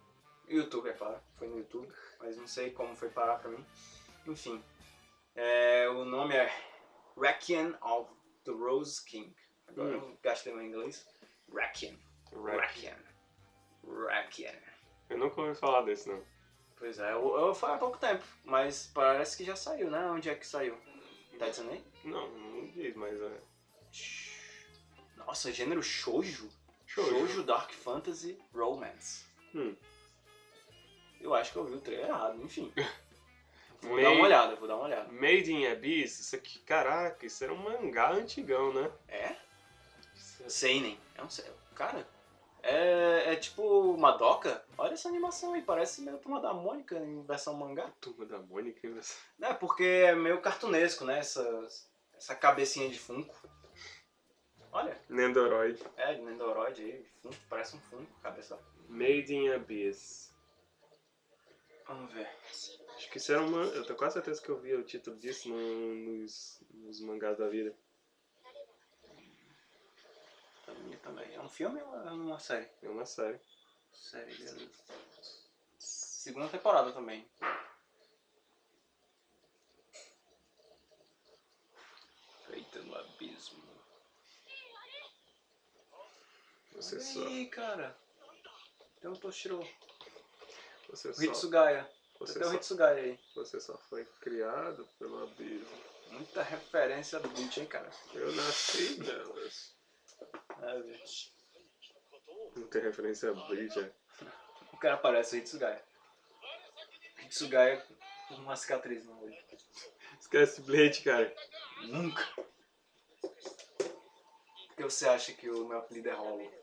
Speaker 3: YouTube, é claro, foi no YouTube, mas não sei como foi parar pra mim. Enfim. É, o nome é Requiem of the Rose King. Agora
Speaker 1: Hum.
Speaker 3: eu gastei meu inglês. Requiem. Requiem. Requiem.
Speaker 1: Eu nunca ouvi falar desse, não.
Speaker 3: Pois é, eu, eu falei há pouco tempo, mas parece que já saiu, né? Onde é que saiu? Tá dizendo aí?
Speaker 1: Não, não diz, mas é.
Speaker 3: Nossa, gênero shoujo?
Speaker 1: Shoujo.
Speaker 3: Shoujo, Dark Fantasy, Romance.
Speaker 1: Hum.
Speaker 3: Eu acho que eu vi o trailer errado,
Speaker 1: [LAUGHS]
Speaker 3: enfim. Vou
Speaker 1: Meio-
Speaker 3: dar uma olhada, vou dar uma olhada.
Speaker 1: Made in Abyss, isso aqui, caraca, isso era um mangá antigão, né?
Speaker 3: É? Seinen. É um se- Cara, é, é tipo Madoka. Olha essa animação aí, parece meio Turma da Mônica em versão mangá.
Speaker 1: Turma da Mônica, hein, você?
Speaker 3: É, porque é meio cartunesco, né? Essa, essa cabecinha de funko. Olha,
Speaker 1: Nendoroid.
Speaker 3: é, Nendoroid aí, funko, parece um funko, cabeça.
Speaker 1: Made in Abyss.
Speaker 3: Vamos ver.
Speaker 1: Acho que isso era uma. Eu tô quase certeza que eu vi o título disso no- nos, nos mangás da vida.
Speaker 3: Tá bonito também. É um filme ou é uma série?
Speaker 1: É uma série.
Speaker 3: Série de... Segunda temporada também. Feita no abismo.
Speaker 1: Você
Speaker 3: Olha
Speaker 1: só.
Speaker 3: aí, cara. Tem um Toshiro.
Speaker 1: Você só.
Speaker 3: Hitsugaya. Você
Speaker 1: Você
Speaker 3: tem o
Speaker 1: só,
Speaker 3: Hitsugaya aí.
Speaker 1: você só foi criado pelo abismo.
Speaker 3: Muita referência do Bleach, hein, cara.
Speaker 1: Eu nasci nelas.
Speaker 3: É, velho.
Speaker 1: Não tem referência a é. Bridget.
Speaker 3: o cara parece o Hitsugaya. Hitsugaya com uma cicatriz no olho.
Speaker 1: Os Castblade, cara.
Speaker 3: Nunca. Por que você acha que o meu apelido é Hollow?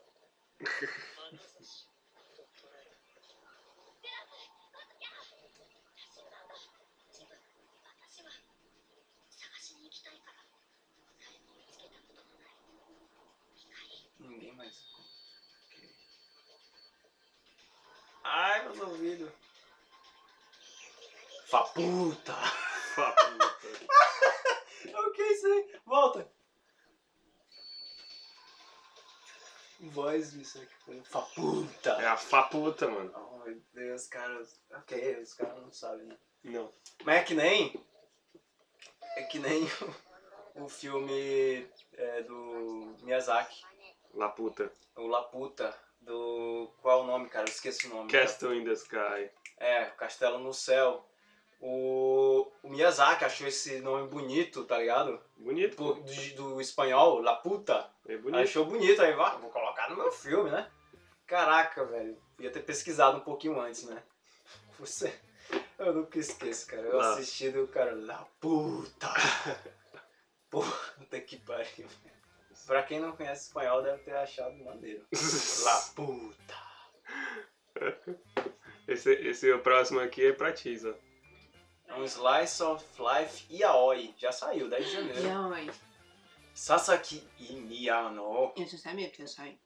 Speaker 3: Ninguém mais. Ok. Ai, meus ouvidos. Faputa!
Speaker 1: Fá, puta.
Speaker 3: [LAUGHS] ok, isso aí. Volta. Voz disso aqui. foi Faputa!
Speaker 1: É a faputa, mano.
Speaker 3: Oh, meu Deus, cara. Ok, os caras não sabem. né?
Speaker 1: Não.
Speaker 3: Mas é que nem. É que nem [LAUGHS] o, o filme é, do Miyazaki.
Speaker 1: Laputa.
Speaker 3: O Laputa. Do. Qual é o nome, cara? Eu esqueci o nome. cara.
Speaker 1: Castle in the Sky.
Speaker 3: É, o Castelo no Céu. O, o Miyazaki achou esse nome bonito, tá ligado?
Speaker 1: Bonito,
Speaker 3: Do,
Speaker 1: pô.
Speaker 3: do, do espanhol, Laputa.
Speaker 1: É bonito.
Speaker 3: Achou bonito, aí vai, vou colocar no meu filme, né? Caraca, velho. Podia ter pesquisado um pouquinho antes, né? Você. Eu nunca esqueço, cara. Eu
Speaker 1: Lá.
Speaker 3: assisti do cara lá, puta! [LAUGHS] Puta que pariu. Pra quem não conhece espanhol, deve ter achado maneiro. La puta!
Speaker 1: Esse, esse o próximo aqui é pra ti, Isa.
Speaker 3: É um Slice of Life Yaoi. Já saiu, 10 de janeiro.
Speaker 7: Yaoi.
Speaker 3: Sasaki e Miyano.
Speaker 7: Eu já sabia porque eu saí.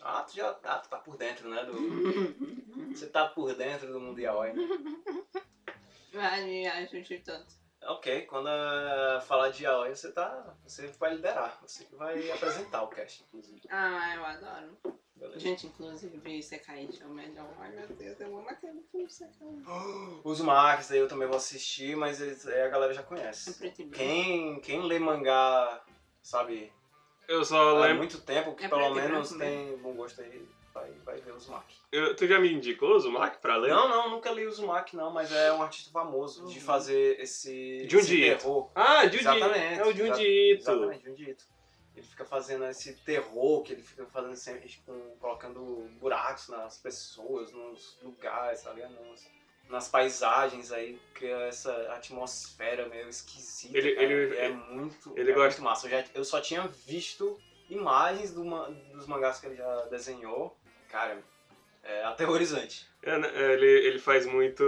Speaker 3: Ah, tu já ah, tu tá por dentro, né? Do... Você tá por dentro do mundo Yaoi. né?
Speaker 7: Vale, acho de todos.
Speaker 3: Ok, quando eh, falar de Yaoi, você tá. Você vai liderar. Você que vai apresentar o cast, inclusive.
Speaker 7: Ah, eu adoro.
Speaker 3: Beleza.
Speaker 7: Gente, inclusive, Sekai é o melhor. Ai, meu Deus, eu amo aquele filme é Sekai.
Speaker 3: Os Max aí eu também vou assistir, mas eles- eh, a galera já
Speaker 7: É
Speaker 3: conhece.
Speaker 7: preto e branco.
Speaker 3: Quem, quem lê mangá, sabe,
Speaker 1: Eu só
Speaker 3: há
Speaker 1: lembro.
Speaker 3: muito tempo, que
Speaker 7: É
Speaker 3: pelo
Speaker 7: preto e
Speaker 3: menos
Speaker 7: branco, né?
Speaker 3: tem bom gosto aí, vai, vai ver os Max.
Speaker 1: eu- tu já me indicou o Zumak pra ler?
Speaker 3: Não, não, nunca li o Zumak, não, mas é um artista famoso
Speaker 7: Uhum.
Speaker 3: de fazer esse,
Speaker 1: Junji
Speaker 3: esse
Speaker 1: Ito.
Speaker 3: terror.
Speaker 1: Ah, Jundi.
Speaker 3: Exatamente,
Speaker 1: É o
Speaker 3: exa-
Speaker 1: Jundi Ito.
Speaker 3: Exatamente, Junji Ito. Ele fica fazendo esse terror que ele fica fazendo sempre, tipo, colocando buracos nas pessoas, nos lugares, tá ligado? Nas, nas paisagens aí, cria essa atmosfera meio esquisita.
Speaker 1: Ele-
Speaker 3: cara,
Speaker 1: ele-
Speaker 3: e é
Speaker 1: ele-
Speaker 3: muito,
Speaker 1: ele
Speaker 3: é
Speaker 1: gosta-
Speaker 3: muito massa. Eu, já- eu só tinha visto imagens do ma- dos mangás que ele já desenhou. Cara, é aterrorizante.
Speaker 1: É, né? É, ele, ele faz muito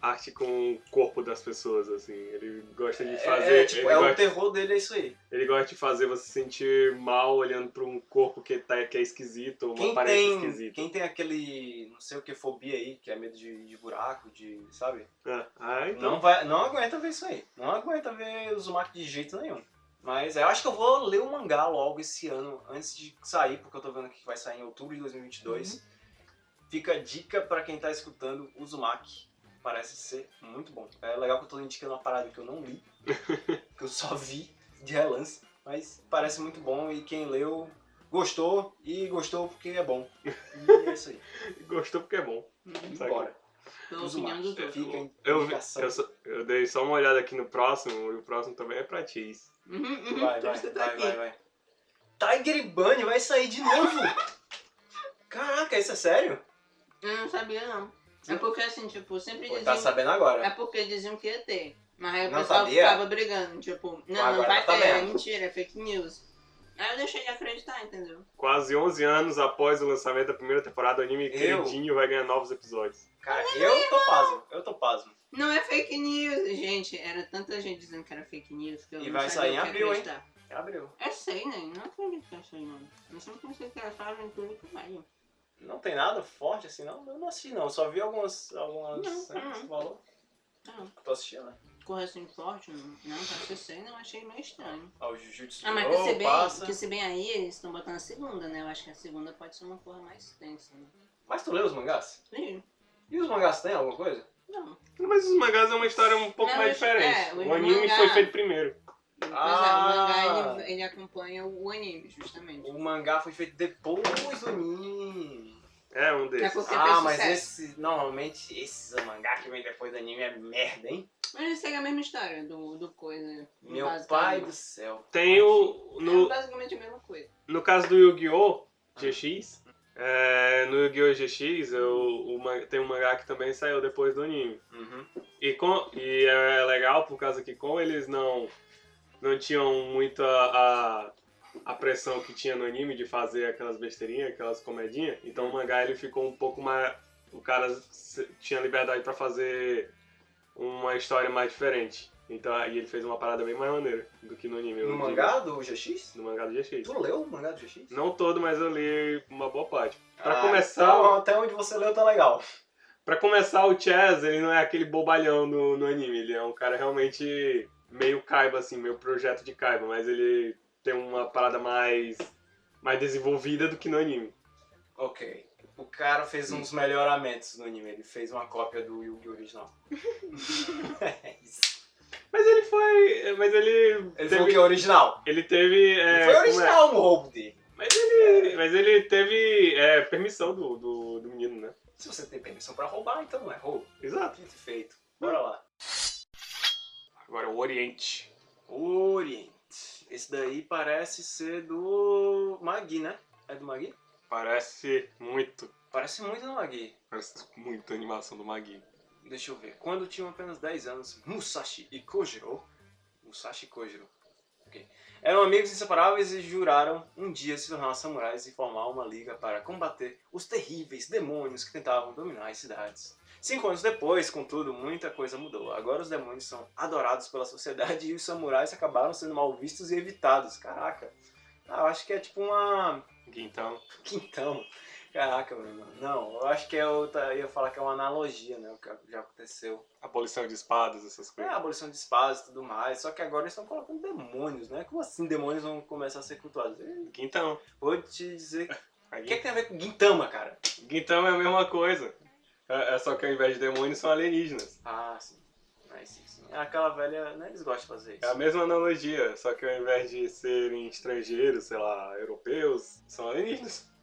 Speaker 1: arte com o corpo das pessoas, assim. Ele gosta de fazer.
Speaker 3: é, é, tipo,
Speaker 1: ele,
Speaker 3: é o
Speaker 1: gosta,
Speaker 3: terror dele, é isso aí.
Speaker 1: ele gosta de fazer você se sentir mal olhando pra um corpo que, tá, que é esquisito, uma
Speaker 3: Quem
Speaker 1: aparência
Speaker 3: tem,
Speaker 1: esquisita.
Speaker 3: quem tem aquele, não sei o que, fobia aí, que é medo de, de buraco, de, sabe?
Speaker 1: Ah, ah, então.
Speaker 3: Não, vai, não aguenta ver isso aí. Não aguenta ver o Uzumaki de jeito nenhum. Mas eu acho que eu vou ler o mangá logo esse ano, antes de sair, porque eu tô vendo que vai sair em outubro de 2022.
Speaker 1: Uhum.
Speaker 3: Fica a dica pra quem tá escutando, Uzumaki. Parece ser muito bom. É legal que eu tô indicando uma parada que eu
Speaker 1: [LAUGHS]
Speaker 3: não li, que eu só vi de relance, mas parece muito bom e quem leu gostou e gostou porque é bom. E é isso aí.
Speaker 1: Gostou porque é bom. Saca?
Speaker 3: Bora.
Speaker 7: Hum, Pela opinião
Speaker 3: Uzumaki.
Speaker 7: dos
Speaker 3: Fica
Speaker 7: outros.
Speaker 3: em
Speaker 1: Eu, vi-
Speaker 3: indicação.
Speaker 1: eu, só- eu dei só uma olhada aqui no próximo, e o próximo também é pra ti.
Speaker 7: Uhum, uhum,
Speaker 3: Vai,
Speaker 7: por
Speaker 3: vai,
Speaker 7: isso que eu [LAUGHS] tô
Speaker 3: vai,
Speaker 7: aqui.
Speaker 3: vai, vai. tá Tiger e Bunny vai sair de novo? Caraca, isso é sério?
Speaker 7: Eu não sabia, não. É porque, assim, tipo, sempre
Speaker 3: Pô,
Speaker 7: diziam...
Speaker 3: tá sabendo
Speaker 7: É
Speaker 3: agora.
Speaker 7: porque diziam que ia ter. Mas aí o
Speaker 3: Não
Speaker 7: pessoal
Speaker 3: sabia?
Speaker 7: ficava brigando, tipo, não,
Speaker 3: Agora
Speaker 7: não vai
Speaker 3: tá
Speaker 7: ter, é
Speaker 3: sabendo.
Speaker 7: mentira, é fake news. Aí eu deixei de acreditar, entendeu?
Speaker 1: Quase 11 anos após o lançamento da primeira temporada, o anime
Speaker 3: Eu?
Speaker 1: queridinho vai ganhar novos episódios.
Speaker 3: Cara, eu tô pasmo, eu tô pasmo.
Speaker 7: Não é fake news, gente. Era tanta gente dizendo que era fake news que eu
Speaker 3: E
Speaker 7: não
Speaker 3: vai sair em
Speaker 7: sabia o que
Speaker 3: abril, hein?
Speaker 7: acreditar.
Speaker 3: Abriu.
Speaker 7: Eu sei, né? Não acredito que eu sei, não. Eu sempre pensei que era só aventura que vai.
Speaker 3: Não tem nada forte assim, não? Eu não assisti, não. Só vi algumas. algumas
Speaker 7: Não,
Speaker 3: né,
Speaker 7: não.
Speaker 3: que você falou.
Speaker 7: Não.
Speaker 3: Tô assistindo, né?
Speaker 7: Correr assim forte, não. Não, acessei, não. Achei meio estranho.
Speaker 3: Ó, o Jujutsu
Speaker 7: Ah, mas
Speaker 3: Kaisen,
Speaker 7: que se, bem,
Speaker 3: passa.
Speaker 7: que se bem aí, eles estão botando a segunda, né? Eu acho que a segunda pode ser uma porra mais tensa, né?
Speaker 3: Mas tu leu os mangás?
Speaker 7: Sim.
Speaker 3: E os mangás tem alguma coisa?
Speaker 7: Não.
Speaker 1: Mas os mangás é uma história um pouco
Speaker 7: Não,
Speaker 1: mais
Speaker 7: os-
Speaker 1: diferente.
Speaker 7: é, os
Speaker 1: o anime
Speaker 7: mangá-
Speaker 1: foi feito primeiro.
Speaker 7: Pois é, o
Speaker 3: Ah.
Speaker 7: mangá ele, ele acompanha o anime, justamente.
Speaker 3: O mangá foi feito depois do anime.
Speaker 1: É um
Speaker 7: É
Speaker 1: desses.
Speaker 7: porque fez
Speaker 3: Ah, mas
Speaker 7: sucesso.
Speaker 3: esse. Normalmente esses mangá que vem depois do anime é merda, hein?
Speaker 7: Mas ele segue a mesma história do, do coisa.
Speaker 3: Meu
Speaker 7: basicamente.
Speaker 3: pai do céu.
Speaker 1: Tem o.
Speaker 7: É
Speaker 1: No,
Speaker 7: basicamente a mesma coisa.
Speaker 1: no caso do Yu-Gi-Oh! GX, É, no Yu-Gi-Oh! GX eu, o man- tem um mangá que também saiu depois do anime.
Speaker 8: Uhum.
Speaker 1: E, com, e é legal por causa que como eles não, não tinham muita a, a pressão que tinha no anime de fazer aquelas besteirinhas, aquelas comedinhas, então o mangá ele ficou um pouco mais... O cara se- tinha liberdade pra fazer uma história mais diferente. Então aí ele fez uma parada bem mais maneira do que no anime. eu
Speaker 3: No
Speaker 1: digo.
Speaker 3: mangá do GX?
Speaker 1: No mangá do GX.
Speaker 3: Tu leu o mangá do GX?
Speaker 1: Não todo, mas eu li uma boa parte. Pra
Speaker 3: Ah,
Speaker 1: começar...
Speaker 3: então, até onde você leu tá legal.
Speaker 1: Pra começar, o Chaz, ele não é aquele bobalhão no, no anime, ele é um cara realmente meio Kaiba, assim, meio projeto de Kaiba, mas ele tem uma parada mais, mais desenvolvida do que no anime.
Speaker 3: Ok. O cara fez uns melhoramentos no anime, ele fez uma cópia do Yu-Gi-Oh! [LAUGHS] original. é isso.
Speaker 1: Mas ele foi. Mas ele.
Speaker 3: Ele
Speaker 1: teve,
Speaker 3: falou que é original.
Speaker 1: ele né? teve. é, como
Speaker 3: Não foi
Speaker 1: é?
Speaker 3: original no roubo dele.
Speaker 1: Mas ele. Mas ele teve é, permissão do, do, do menino, né?
Speaker 3: Se você tem permissão pra roubar, então não é roubo.
Speaker 1: Exato.
Speaker 3: Dito e feito. Bora lá.
Speaker 8: Agora o Oriente.
Speaker 3: Oriente. Esse daí parece ser do Magui, né? É do Magui?
Speaker 1: Parece muito.
Speaker 3: Parece muito do Magui.
Speaker 1: Parece muito a animação do Magui.
Speaker 3: Deixa eu ver. Quando tinham apenas 10 anos, Musashi e Kojiro. Musashi e Kojiro. ok, Eram amigos inseparáveis e juraram um dia se tornar samurais e formar uma liga para combater os terríveis demônios que tentavam dominar as cidades. Cinco anos depois, contudo, muita coisa mudou. Agora os demônios são adorados pela sociedade e os samurais acabaram sendo mal vistos e evitados. Caraca, Ah, eu acho que é tipo uma.
Speaker 1: Então.
Speaker 3: Quintão. Caraca, Bruno. Não, eu acho que é outra. Eu ia falar que é uma analogia, né? O que já aconteceu.
Speaker 1: Abolição de espadas, essas
Speaker 3: É,
Speaker 1: coisas.
Speaker 3: a abolição de espadas e tudo mais. Só que agora eles estão colocando demônios, né? Como assim demônios vão começar a ser cultuados? Eu
Speaker 1: Então.
Speaker 3: Vou te dizer. O que, é que tem a ver com Guintama, cara?
Speaker 1: Então é a mesma coisa. É, é só que ao invés de demônios são alienígenas.
Speaker 3: Ah, sim. Mas sim, sim. É Aquela velha, né? Eles gostam de fazer isso.
Speaker 1: É a mesma analogia, só que ao invés de serem estrangeiros, sei lá, europeus, são alienígenas.
Speaker 3: [LAUGHS]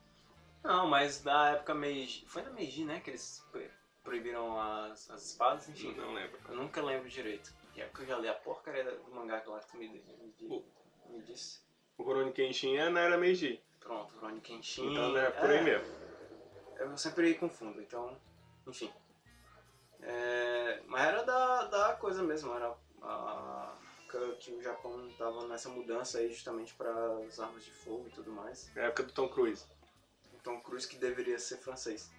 Speaker 3: Não, mas da época Meiji. Foi na Meiji, né? Que eles pro- proibiram as, as espadas, enfim.
Speaker 1: Não lembro.
Speaker 3: Eu nunca lembro direito. E é porque eu já li a porcaria do mangá que lá que tu me, me, di- me disse.
Speaker 1: O Rurouni Kenshin é na era Meiji.
Speaker 3: Pronto, Rony Kenshin.
Speaker 1: Então é por aí
Speaker 3: É,
Speaker 1: mesmo.
Speaker 3: Eu sempre confundo, então, enfim. É, mas era da, da coisa mesmo, era a, época que o Japão tava nessa mudança aí justamente para as armas de fogo e tudo mais.
Speaker 1: Na É época do Tom Cruise.
Speaker 3: Então Cruz que deveria ser francês.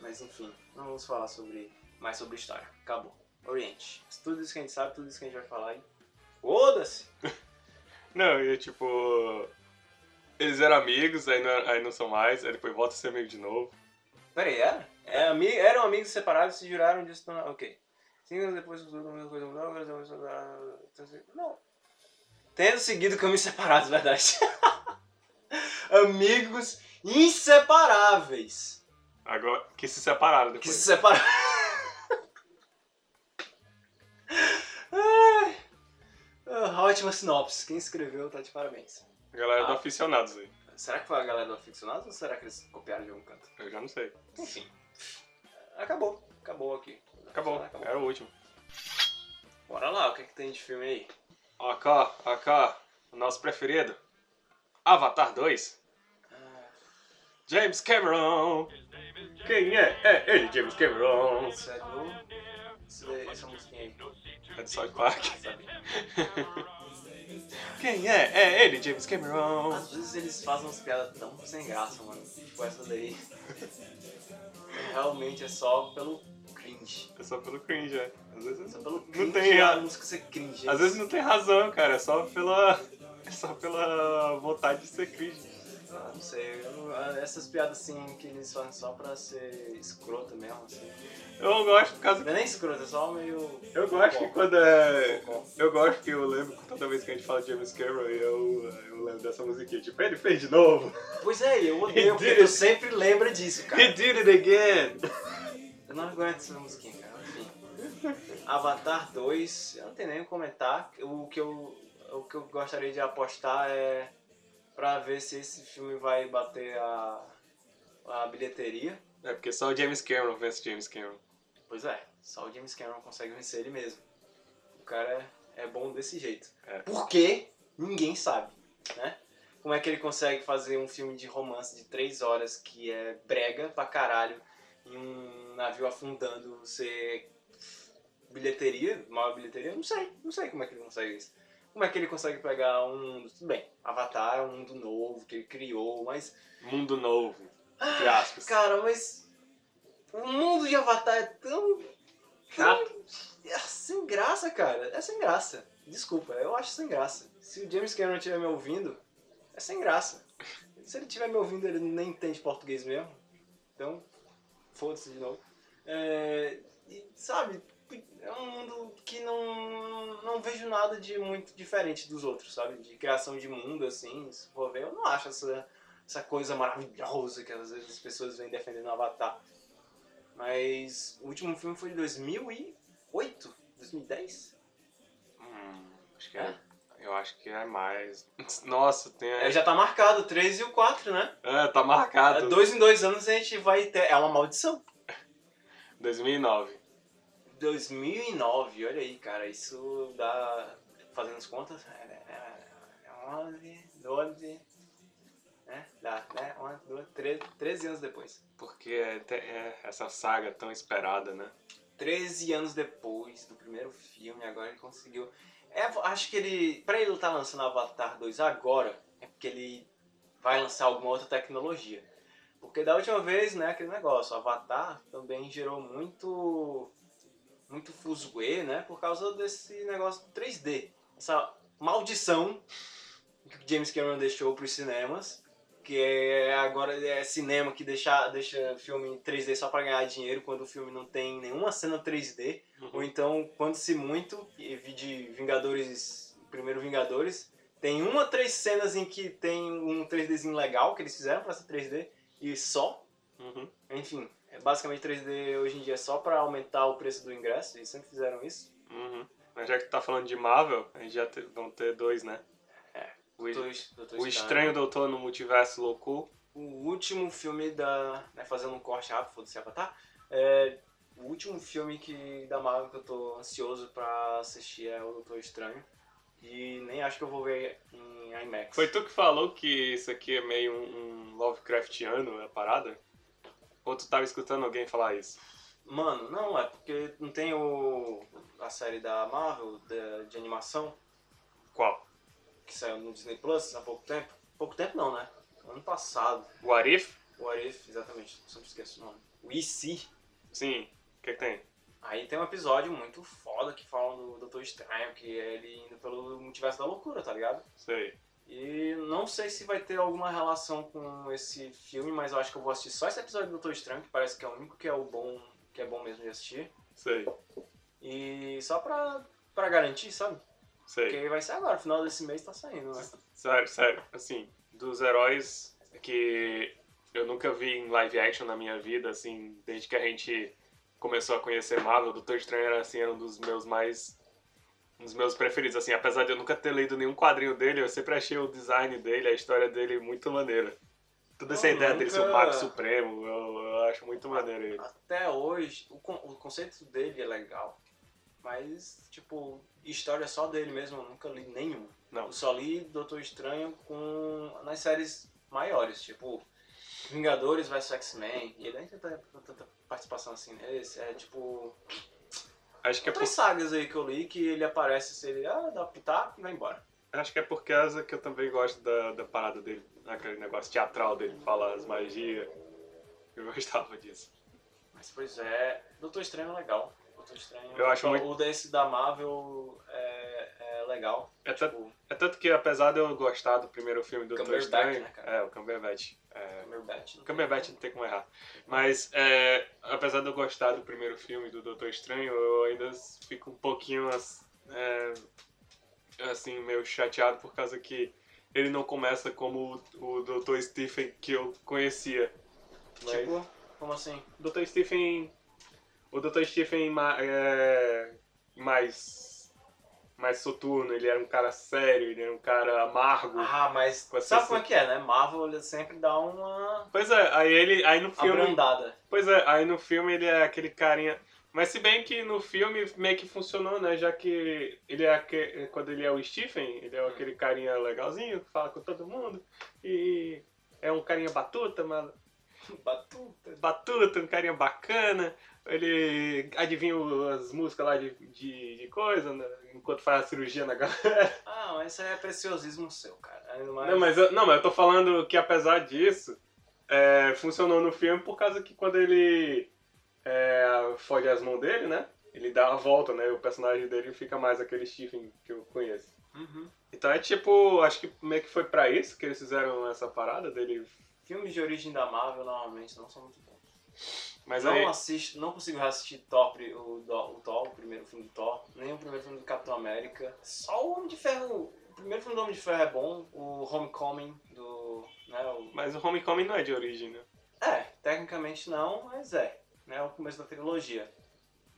Speaker 3: mas enfim, não vamos falar sobre mais sobre história. Acabou. Oriente. Tudo isso que a gente sabe, tudo isso que a gente vai falar aí. Foda-se!
Speaker 1: Não, e tipo. Eles eram amigos, aí não, aí não são mais, aí depois volta a ser amigo de novo.
Speaker 3: Peraí, era? É, ami- eram amigos separados e se juraram de se tornar. Ok. Cinco anos depois, tudo a mesma coisa mudou, agora estamos separados. então, se- Não. Tendo seguido caminhos separados, [LAUGHS] verdade. amigos inseparáveis.
Speaker 1: Agora, que se separaram
Speaker 3: Que
Speaker 1: depois.
Speaker 3: se separaram. Ai. Ah, Ótima sinopse. Quem escreveu tá de parabéns.
Speaker 1: A galera é do
Speaker 3: Ah.
Speaker 1: aficionados aí.
Speaker 3: Será que foi a galera do Aficionados ou será que eles copiaram de algum canto?
Speaker 1: Eu já não sei.
Speaker 3: Enfim. Acabou. Acabou aqui.
Speaker 1: Acabou, era o último.
Speaker 3: Bora lá, o que, é que tem de filme aí?
Speaker 1: AK, AK, o nosso preferido. Avatar 2. James Cameron. Quem é? É ele, James Cameron.
Speaker 3: Isso é do. Isso daí- Essa musiquinha aí.
Speaker 1: É do South Park. [LAUGHS]
Speaker 3: Sabe?
Speaker 1: Quem é? É ele, James Cameron.
Speaker 3: Às vezes eles fazem umas piadas tão sem graça, mano. Tipo essa daí. Realmente é só pelo cringe.
Speaker 1: É só pelo cringe, é. Às vezes,
Speaker 3: Só pelo cringe
Speaker 1: tem
Speaker 3: a
Speaker 1: a-
Speaker 3: música ser cringe. é
Speaker 1: às vezes não tem razão, cara. É só pela. É só pela vontade de ser cringe.
Speaker 3: isso. Ah, não sei. eu não- ah, Essas piadas assim que eles fazem só pra ser escroto mesmo, assim.
Speaker 1: Eu não gosto por causa.
Speaker 3: Não é nem escroto, é só meio.
Speaker 1: Eu gosto que quando é. Eu gosto que eu lembro que toda vez que a gente fala de James Cameron, eu, eu lembro dessa musiquinha. Tipo, ele fez de novo.
Speaker 3: Pois é, eu odeio, porque tu sempre lembra disso, cara.
Speaker 1: [LAUGHS] He did it again.
Speaker 3: Eu não aguento essa musiquinha, cara. Enfim. Avatar 2, eu não tenho nem o que comentar. O que, eu, o que eu gostaria de apostar é pra ver se esse filme vai bater a, a bilheteria.
Speaker 1: É porque só o James Cameron vence James Cameron.
Speaker 3: Pois é, só o James Cameron consegue vencer ele mesmo. O cara é, é bom desse jeito.
Speaker 1: É.
Speaker 3: Por quê? Ninguém sabe, né? Como é que ele consegue fazer um filme de romance de três horas que é brega pra caralho e um navio afundando ser bilheteria, maior bilheteria? Não sei, não sei como é que ele consegue isso. Como é que ele consegue pegar um. Tudo bem, Avatar é um mundo novo que ele criou, mas.
Speaker 1: Mundo novo. Entre aspas.
Speaker 3: Ah, Cara, mas. O mundo de Avatar é tão. tão- É sem graça, cara. É sem graça. Desculpa, eu acho sem graça. Se o James Cameron estiver me ouvindo, é sem graça. Se ele estiver me ouvindo, ele nem entende português mesmo. Então, foda-se de novo. É, e, sabe, é um mundo que não, não vejo nada de muito diferente dos outros, sabe? De criação de mundo, assim, se for ver, eu não acho essa, essa coisa maravilhosa que às vezes as pessoas vêm defendendo no Avatar. Mas o último filme foi de 2008? 2010?
Speaker 1: Hum, acho que
Speaker 3: É?
Speaker 1: é. Eu acho que é mais. [LAUGHS] Nossa, tem.
Speaker 3: É, já tá marcado, o 3 e o 4, né?
Speaker 1: É, tá
Speaker 3: É,
Speaker 1: marcado.
Speaker 3: dois em dois anos a gente vai ter. É uma maldição.
Speaker 1: 2009.
Speaker 3: 2009, olha aí, cara, isso dá. Fazendo as contas, é, é, é 11, 12. Né? Dá, né? 11, 12, 13, 13 anos depois.
Speaker 1: Porque é, te- é essa saga tão esperada, né?
Speaker 3: 13 anos depois do primeiro filme, agora ele conseguiu. É, acho que ele. Pra ele estar lançando Avatar 2 agora, é porque ele vai lançar alguma outra tecnologia. Porque da última vez, né, aquele negócio, Avatar também gerou muito. muito fuzuê, né? Por causa desse negócio 3D. Essa maldição que o James Cameron deixou pros cinemas. Que é agora é cinema que deixa, deixa filme em 3D só pra ganhar dinheiro quando o filme não tem nenhuma cena 3D.
Speaker 1: Uhum.
Speaker 3: Ou então, quando se muito, e vi de Vingadores, primeiro Vingadores, tem uma, três cenas em que tem um 3Dzinho legal que eles fizeram pra ser 3D e só.
Speaker 1: Uhum.
Speaker 3: Enfim, é basicamente 3D hoje em dia é só pra aumentar o preço do ingresso, eles sempre fizeram isso.
Speaker 1: Uhum. Mas já que tá falando de Marvel, a gente já te- vão ter dois, né? É. O,
Speaker 3: Doutor- Doutor
Speaker 1: o
Speaker 3: Estranho.
Speaker 1: Estranho Doutor no Multiverso Louco.
Speaker 3: o último filme da. Né, fazendo um corte rápido, foda-se Avatar. É, o último filme que, da Marvel que eu tô ansioso pra assistir é o Doutor Estranho. E nem acho que eu vou ver em IMAX.
Speaker 1: Foi tu que falou que isso aqui é meio um, um Lovecraftiano, a parada? Ou tu tava escutando alguém falar isso?
Speaker 3: Mano, não, é porque não tem o, a série da Marvel da- de animação
Speaker 1: Qual?
Speaker 3: que saiu no Disney Plus há pouco tempo. Pouco tempo não, né? Ano passado.
Speaker 1: O Arif?
Speaker 3: O What If, exatamente, sempre esqueço o nome. O IC.
Speaker 1: Sim. O que, que tem?
Speaker 3: Aí tem um episódio muito foda que fala do Doutor Estranho, que é ele indo pelo multiverso da loucura, tá ligado?
Speaker 1: Sei.
Speaker 3: E não sei se vai ter alguma relação com esse filme, mas eu acho que eu vou assistir só esse episódio do Doutor Estranho, que parece que é o único que é o bom, que é bom mesmo de assistir.
Speaker 1: Sei.
Speaker 3: E só pra, pra garantir, sabe?
Speaker 1: Sei.
Speaker 3: Porque vai ser agora, final desse mês tá saindo, né?
Speaker 1: Sério, sério. Assim, dos heróis que eu nunca vi em live action na minha vida, assim, desde que a gente começou a conhecer Marvel, Doutor Estranho era, assim, era um dos meus mais... Um dos meus preferidos, assim, apesar de eu nunca ter lido nenhum quadrinho dele, eu sempre achei o design dele, a história dele muito maneira. Toda essa
Speaker 3: Eu
Speaker 1: ideia dele ser o
Speaker 3: nunca-
Speaker 1: Mago Supremo, eu, eu acho muito maneiro ele.
Speaker 3: Até hoje, o, con- o conceito dele é legal, mas, tipo, história só dele mesmo, eu nunca li nenhuma.
Speaker 1: Não.
Speaker 3: Eu só li Doutor Estranho com, nas séries maiores, tipo, Vingadores vs X-Men, e ele nem tem tanta, tanta participação assim nesse, é tipo,
Speaker 1: Acho que é por
Speaker 3: outras sagas aí que eu li que ele aparece, se ele ah, dá pitaco e vai embora.
Speaker 1: Acho que é por causa que eu também gosto da, da parada dele, aquele negócio teatral dele, falar as magias. Eu gostava disso.
Speaker 3: Mas, pois é, Doutor Estranho é legal. Doutor Estranho,
Speaker 1: Eu acho
Speaker 3: o,
Speaker 1: muito-
Speaker 3: o desse da Marvel é, é legal.
Speaker 1: É tanto,
Speaker 3: Tipo,
Speaker 1: é tanto que, apesar de eu gostar do primeiro filme do Doutor
Speaker 3: Cumberbatch,
Speaker 1: Estranho,
Speaker 3: né, cara?
Speaker 1: é, o Cumberbatch. É,
Speaker 3: Cumberbatch. não
Speaker 1: o Cumberbatch não tem como errar. Mas, é, apesar de eu gostar do primeiro filme do Doutor Estranho, eu ainda fico um pouquinho, as- é, assim, meio chateado por causa que ele não começa como o, o Doutor Stephen que eu conhecia. Mas-
Speaker 3: Tipo, como assim?
Speaker 1: Dr. Stephen. O Dr. Stephen ma- é, mais. mais soturno, ele era um cara sério, ele era um cara amargo.
Speaker 3: Ah, mas
Speaker 1: Com essa-
Speaker 3: sabe como é que é, né? Marvel ele sempre dá uma
Speaker 1: Pois é, aí ele. Aí no filme.
Speaker 3: abrandada.
Speaker 1: Pois é, aí no filme ele é aquele carinha. Mas se bem que no filme meio que funcionou, né? Já que ele é aque- quando ele é o Stephen, ele é aquele carinha legalzinho, que fala com todo mundo. E é um carinha batuta, mas
Speaker 3: Batuta.
Speaker 1: batuta, um carinha bacana. Ele adivinha as músicas lá de, de, de coisa, né, enquanto faz a cirurgia na galera.
Speaker 3: Ah, mas isso aí é preciosismo seu, cara. Aí, Mas...
Speaker 1: Não, mas eu, não, mas eu tô falando que apesar disso, é, funcionou no filme por causa que quando ele é, fode as mãos dele, né? Ele dá a volta, né? O personagem dele fica mais aquele Stephen que eu conheço.
Speaker 3: Uhum.
Speaker 1: Então é tipo, acho que meio que foi pra isso que eles fizeram essa parada dele.
Speaker 3: Filmes de origem da Marvel normalmente não são muito bons.
Speaker 1: Mas
Speaker 3: não
Speaker 1: aí,
Speaker 3: assisto, não consigo assistir Thor, pri- o, Do- o Thor, o primeiro filme do Thor, nem o primeiro filme do Capitão América. Só o Homem de Ferro. O primeiro filme do Homem de Ferro é bom, o Homecoming do. Né, o-
Speaker 1: mas o Homecoming não é de origem, né?
Speaker 3: É, tecnicamente não, mas é. Né, o começo da trilogia.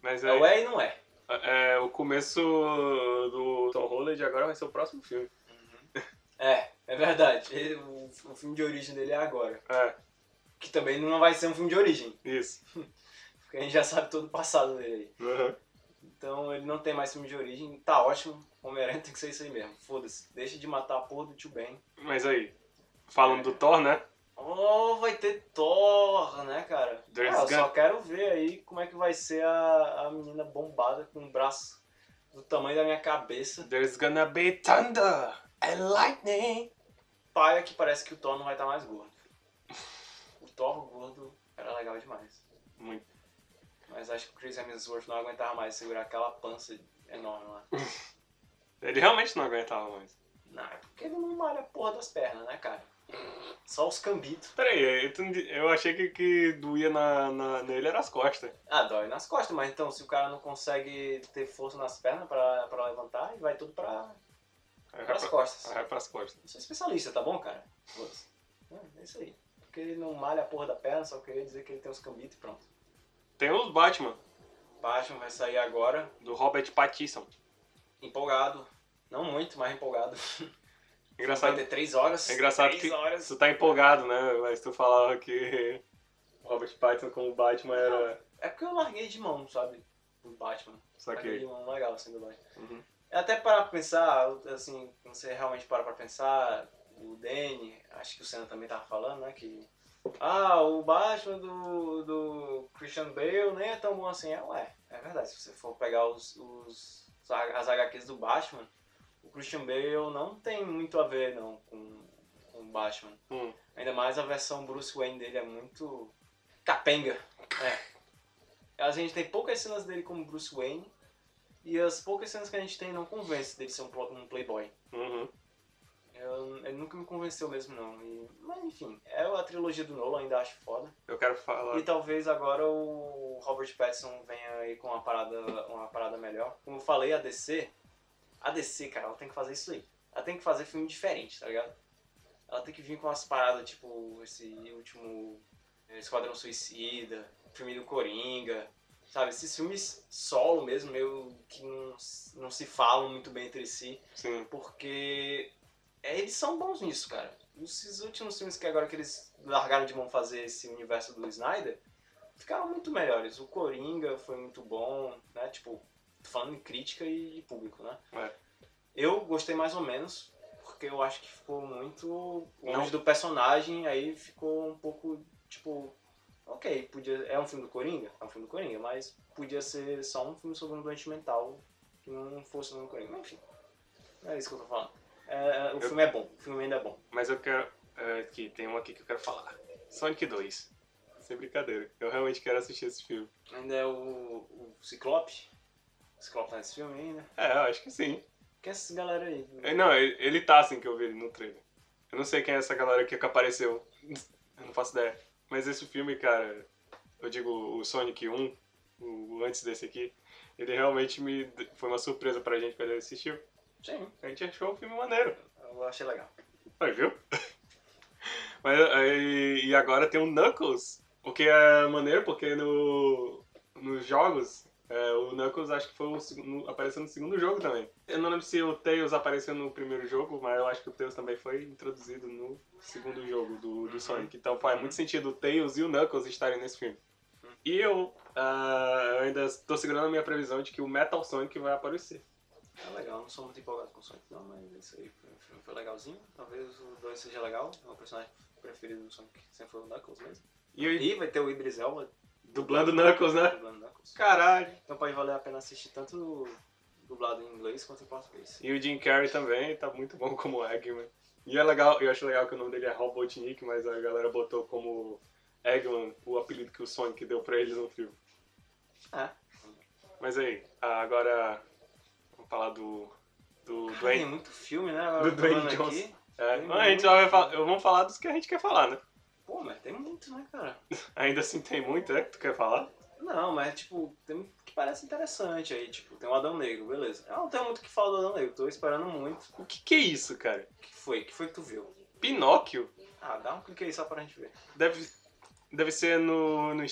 Speaker 1: Mas
Speaker 3: É
Speaker 1: aí,
Speaker 3: o é e não é.
Speaker 1: É, o começo do Tom Holland agora vai ser o próximo filme.
Speaker 3: É, é verdade. Ele- o, o filme de origem dele é agora.
Speaker 1: É,
Speaker 3: Que também não vai ser um filme de origem,
Speaker 1: isso.
Speaker 3: porque a gente já sabe todo o passado dele aí.
Speaker 1: Uhum.
Speaker 3: Então ele não tem mais filme de origem, tá ótimo. Homem-Aranha tem que ser isso aí mesmo. Foda-se. Deixa de matar a porra do tio Ben.
Speaker 1: Mas aí, falando do Thor, né?
Speaker 3: Oh, vai ter Thor, né, cara?
Speaker 1: There's
Speaker 3: Ah, eu só
Speaker 1: gun-
Speaker 3: quero ver aí como é que vai ser a, a menina bombada com um braço do tamanho da minha cabeça.
Speaker 1: There's gonna be thunder and lightning.
Speaker 3: Paia que parece que o Thor não vai estar mais gordo. O Thor gordo era legal demais.
Speaker 1: Muito.
Speaker 3: Mas acho que o Chris Hemsworth não aguentava mais segurar aquela pança enorme lá.
Speaker 1: Ele realmente não aguentava mais.
Speaker 3: Não, é porque ele não malha a porra das pernas, né, cara? Só os cambitos.
Speaker 1: Peraí, é, eu, tu não di- eu achei que que doía na, na- nele era as costas.
Speaker 3: Ah, dói nas costas, mas então se o cara não consegue ter força nas pernas pra, pra levantar, vai tudo pra,
Speaker 1: Aí vai
Speaker 3: [LAUGHS] pras
Speaker 1: pra-
Speaker 3: costas.
Speaker 1: aí vai pras costas.
Speaker 3: Não sou especialista, tá bom, cara? Foda-se. É, é isso aí. Porque ele não malha a porra da perna, só queria dizer que ele tem uns cambitos e pronto.
Speaker 1: Tem os Batman,
Speaker 3: Batman vai sair agora,
Speaker 1: do Robert Pattinson.
Speaker 3: empolgado. Não muito, mas empolgado. Vai
Speaker 1: Engraçado,
Speaker 3: ter três horas.
Speaker 1: é engraçado
Speaker 3: três
Speaker 1: que
Speaker 3: horas.
Speaker 1: tu tá empolgado, né? Mas tu falava que [LAUGHS] o Robert Pattinson como Batman era...
Speaker 3: É porque eu larguei de mão, sabe? Do Batman.
Speaker 1: Só
Speaker 3: Aquele
Speaker 1: que...
Speaker 3: limão legal, assim, do Batman.
Speaker 1: Uhum.
Speaker 3: Até para pensar, assim, quando você realmente para pra pensar, o Danny, acho que o Senna também tava falando, né, que... Ah, o Batman do, do Christian Bale nem é tão bom assim. É, ué, é verdade. Se você for pegar os, os, as HQs do Batman, o Christian Bale não tem muito a ver, não, com, com o Batman.
Speaker 1: Hum.
Speaker 3: Ainda mais a versão Bruce Wayne dele é muito capenga. É. A gente tem poucas cenas dele como Bruce Wayne e as poucas cenas que a gente tem não convence dele ser um, plo- um playboy.
Speaker 1: Uhum.
Speaker 3: Eu- ele nunca me convenceu mesmo, não. E- mas enfim, é a trilogia do Nolan, ainda acho foda.
Speaker 1: Eu quero falar...
Speaker 3: E talvez agora o Robert Pattinson venha aí com uma parada, uma parada melhor. Como eu falei, a DC, a DC, cara, ela tem que fazer isso aí. Ela tem que fazer filme diferente, tá ligado? Ela tem que vir com umas paradas, tipo, esse último eh, Esquadrão Suicida, filme do Coringa, sabe? Esses filmes solo mesmo, meio que não, s- não se falam muito bem entre si.
Speaker 1: Sim.
Speaker 3: Porque é, eles são bons nisso, cara. Esses últimos filmes que agora que eles largaram de mão fazer esse universo do Snyder, ficaram muito melhores. O Coringa foi muito bom, né? Tipo, tô falando em crítica e de público, né?
Speaker 1: É.
Speaker 3: Eu gostei mais ou menos, porque eu acho que ficou muito longe
Speaker 1: Não.
Speaker 3: do personagem, aí ficou um pouco, tipo... Ok, podia, é um filme do Coringa? É um filme do Coringa, mas podia ser só um filme sobre um doente mental que não fosse no Coringa. Enfim, não é isso que eu tô falando. É, o
Speaker 1: Eu-
Speaker 3: filme é bom, o filme ainda é bom.
Speaker 1: Mas eu quero. é, aqui, tem um aqui que eu quero falar. Sonic 2. Sem brincadeira. Eu realmente quero assistir esse filme.
Speaker 3: Ainda é o, o Ciclope. O Ciclope tá nesse filme ainda.
Speaker 1: É, eu acho que sim.
Speaker 3: Que é essas galera aí?
Speaker 1: É, Não, ele, ele tá assim que eu vi ele no trailer. Eu não sei quem é essa galera aqui que apareceu. Eu não faço ideia. Mas esse filme, cara, eu digo o Sonic 1, o, o antes desse aqui, ele realmente me. d- Foi uma surpresa pra gente quando ele assistiu.
Speaker 3: Sim,
Speaker 1: A gente achou o filme maneiro.
Speaker 3: eu achei legal.
Speaker 1: Aí, viu? [LAUGHS] Mas, aí, e agora tem o Knuckles, o que é maneiro, porque no, nos jogos, é, o Knuckles acho que foi o segundo, apareceu no segundo jogo também. Eu não lembro se o Tails apareceu no primeiro jogo, mas eu acho que o Tails também foi introduzido no segundo jogo do, do Sonic. Então faz muito sentido o Tails e o Knuckles estarem nesse filme. E eu, ah, eu ainda estou segurando a minha previsão de que o Metal Sonic vai aparecer.
Speaker 3: É legal, não sou muito empolgado com Sonic não, mas isso aí foi, foi legalzinho. Talvez o 2 seja legal, é o personagem preferido do Sonic, sempre foi o Knuckles mesmo.
Speaker 1: E eu
Speaker 3: E vai ter o Idris Elba
Speaker 1: dublando Knuckles, né?
Speaker 3: dublando o Knuckles.
Speaker 1: Caralho.
Speaker 3: Então pode valer a pena assistir tanto dublado em inglês quanto em português.
Speaker 1: E o Jim Carrey também, tá muito bom como Eggman. E é legal, eu acho legal que o nome dele é Robotnik, mas a galera botou como Eggman o apelido que o Sonic deu pra eles no filme.
Speaker 3: Ah,
Speaker 1: Mas aí, ah, agora vamos falar do. do
Speaker 3: tem
Speaker 1: Dwayne.
Speaker 3: muito filme, né? Agora
Speaker 1: Do
Speaker 3: eu tô
Speaker 1: Dwayne
Speaker 3: olhando
Speaker 1: Johnson.
Speaker 3: aqui.
Speaker 1: É,
Speaker 3: tem
Speaker 1: mas a gente
Speaker 3: muito.
Speaker 1: já vai falar. Vamos falar dos que a gente quer falar, né?
Speaker 3: Pô, mas tem muito, né, cara?
Speaker 1: Ainda assim tem muito, é? Que tu quer falar?
Speaker 3: Não, mas tipo, tem muito que parece interessante aí, tipo, tem o Adão Negro, beleza. Eu não tenho muito o que falar do Adão Negro, tô esperando muito.
Speaker 1: O que que é isso, cara?
Speaker 3: O que foi? O que foi que tu viu?
Speaker 1: Pinóquio?
Speaker 3: Ah, dá um clique aí só pra gente ver.
Speaker 1: Deve, deve ser no, no-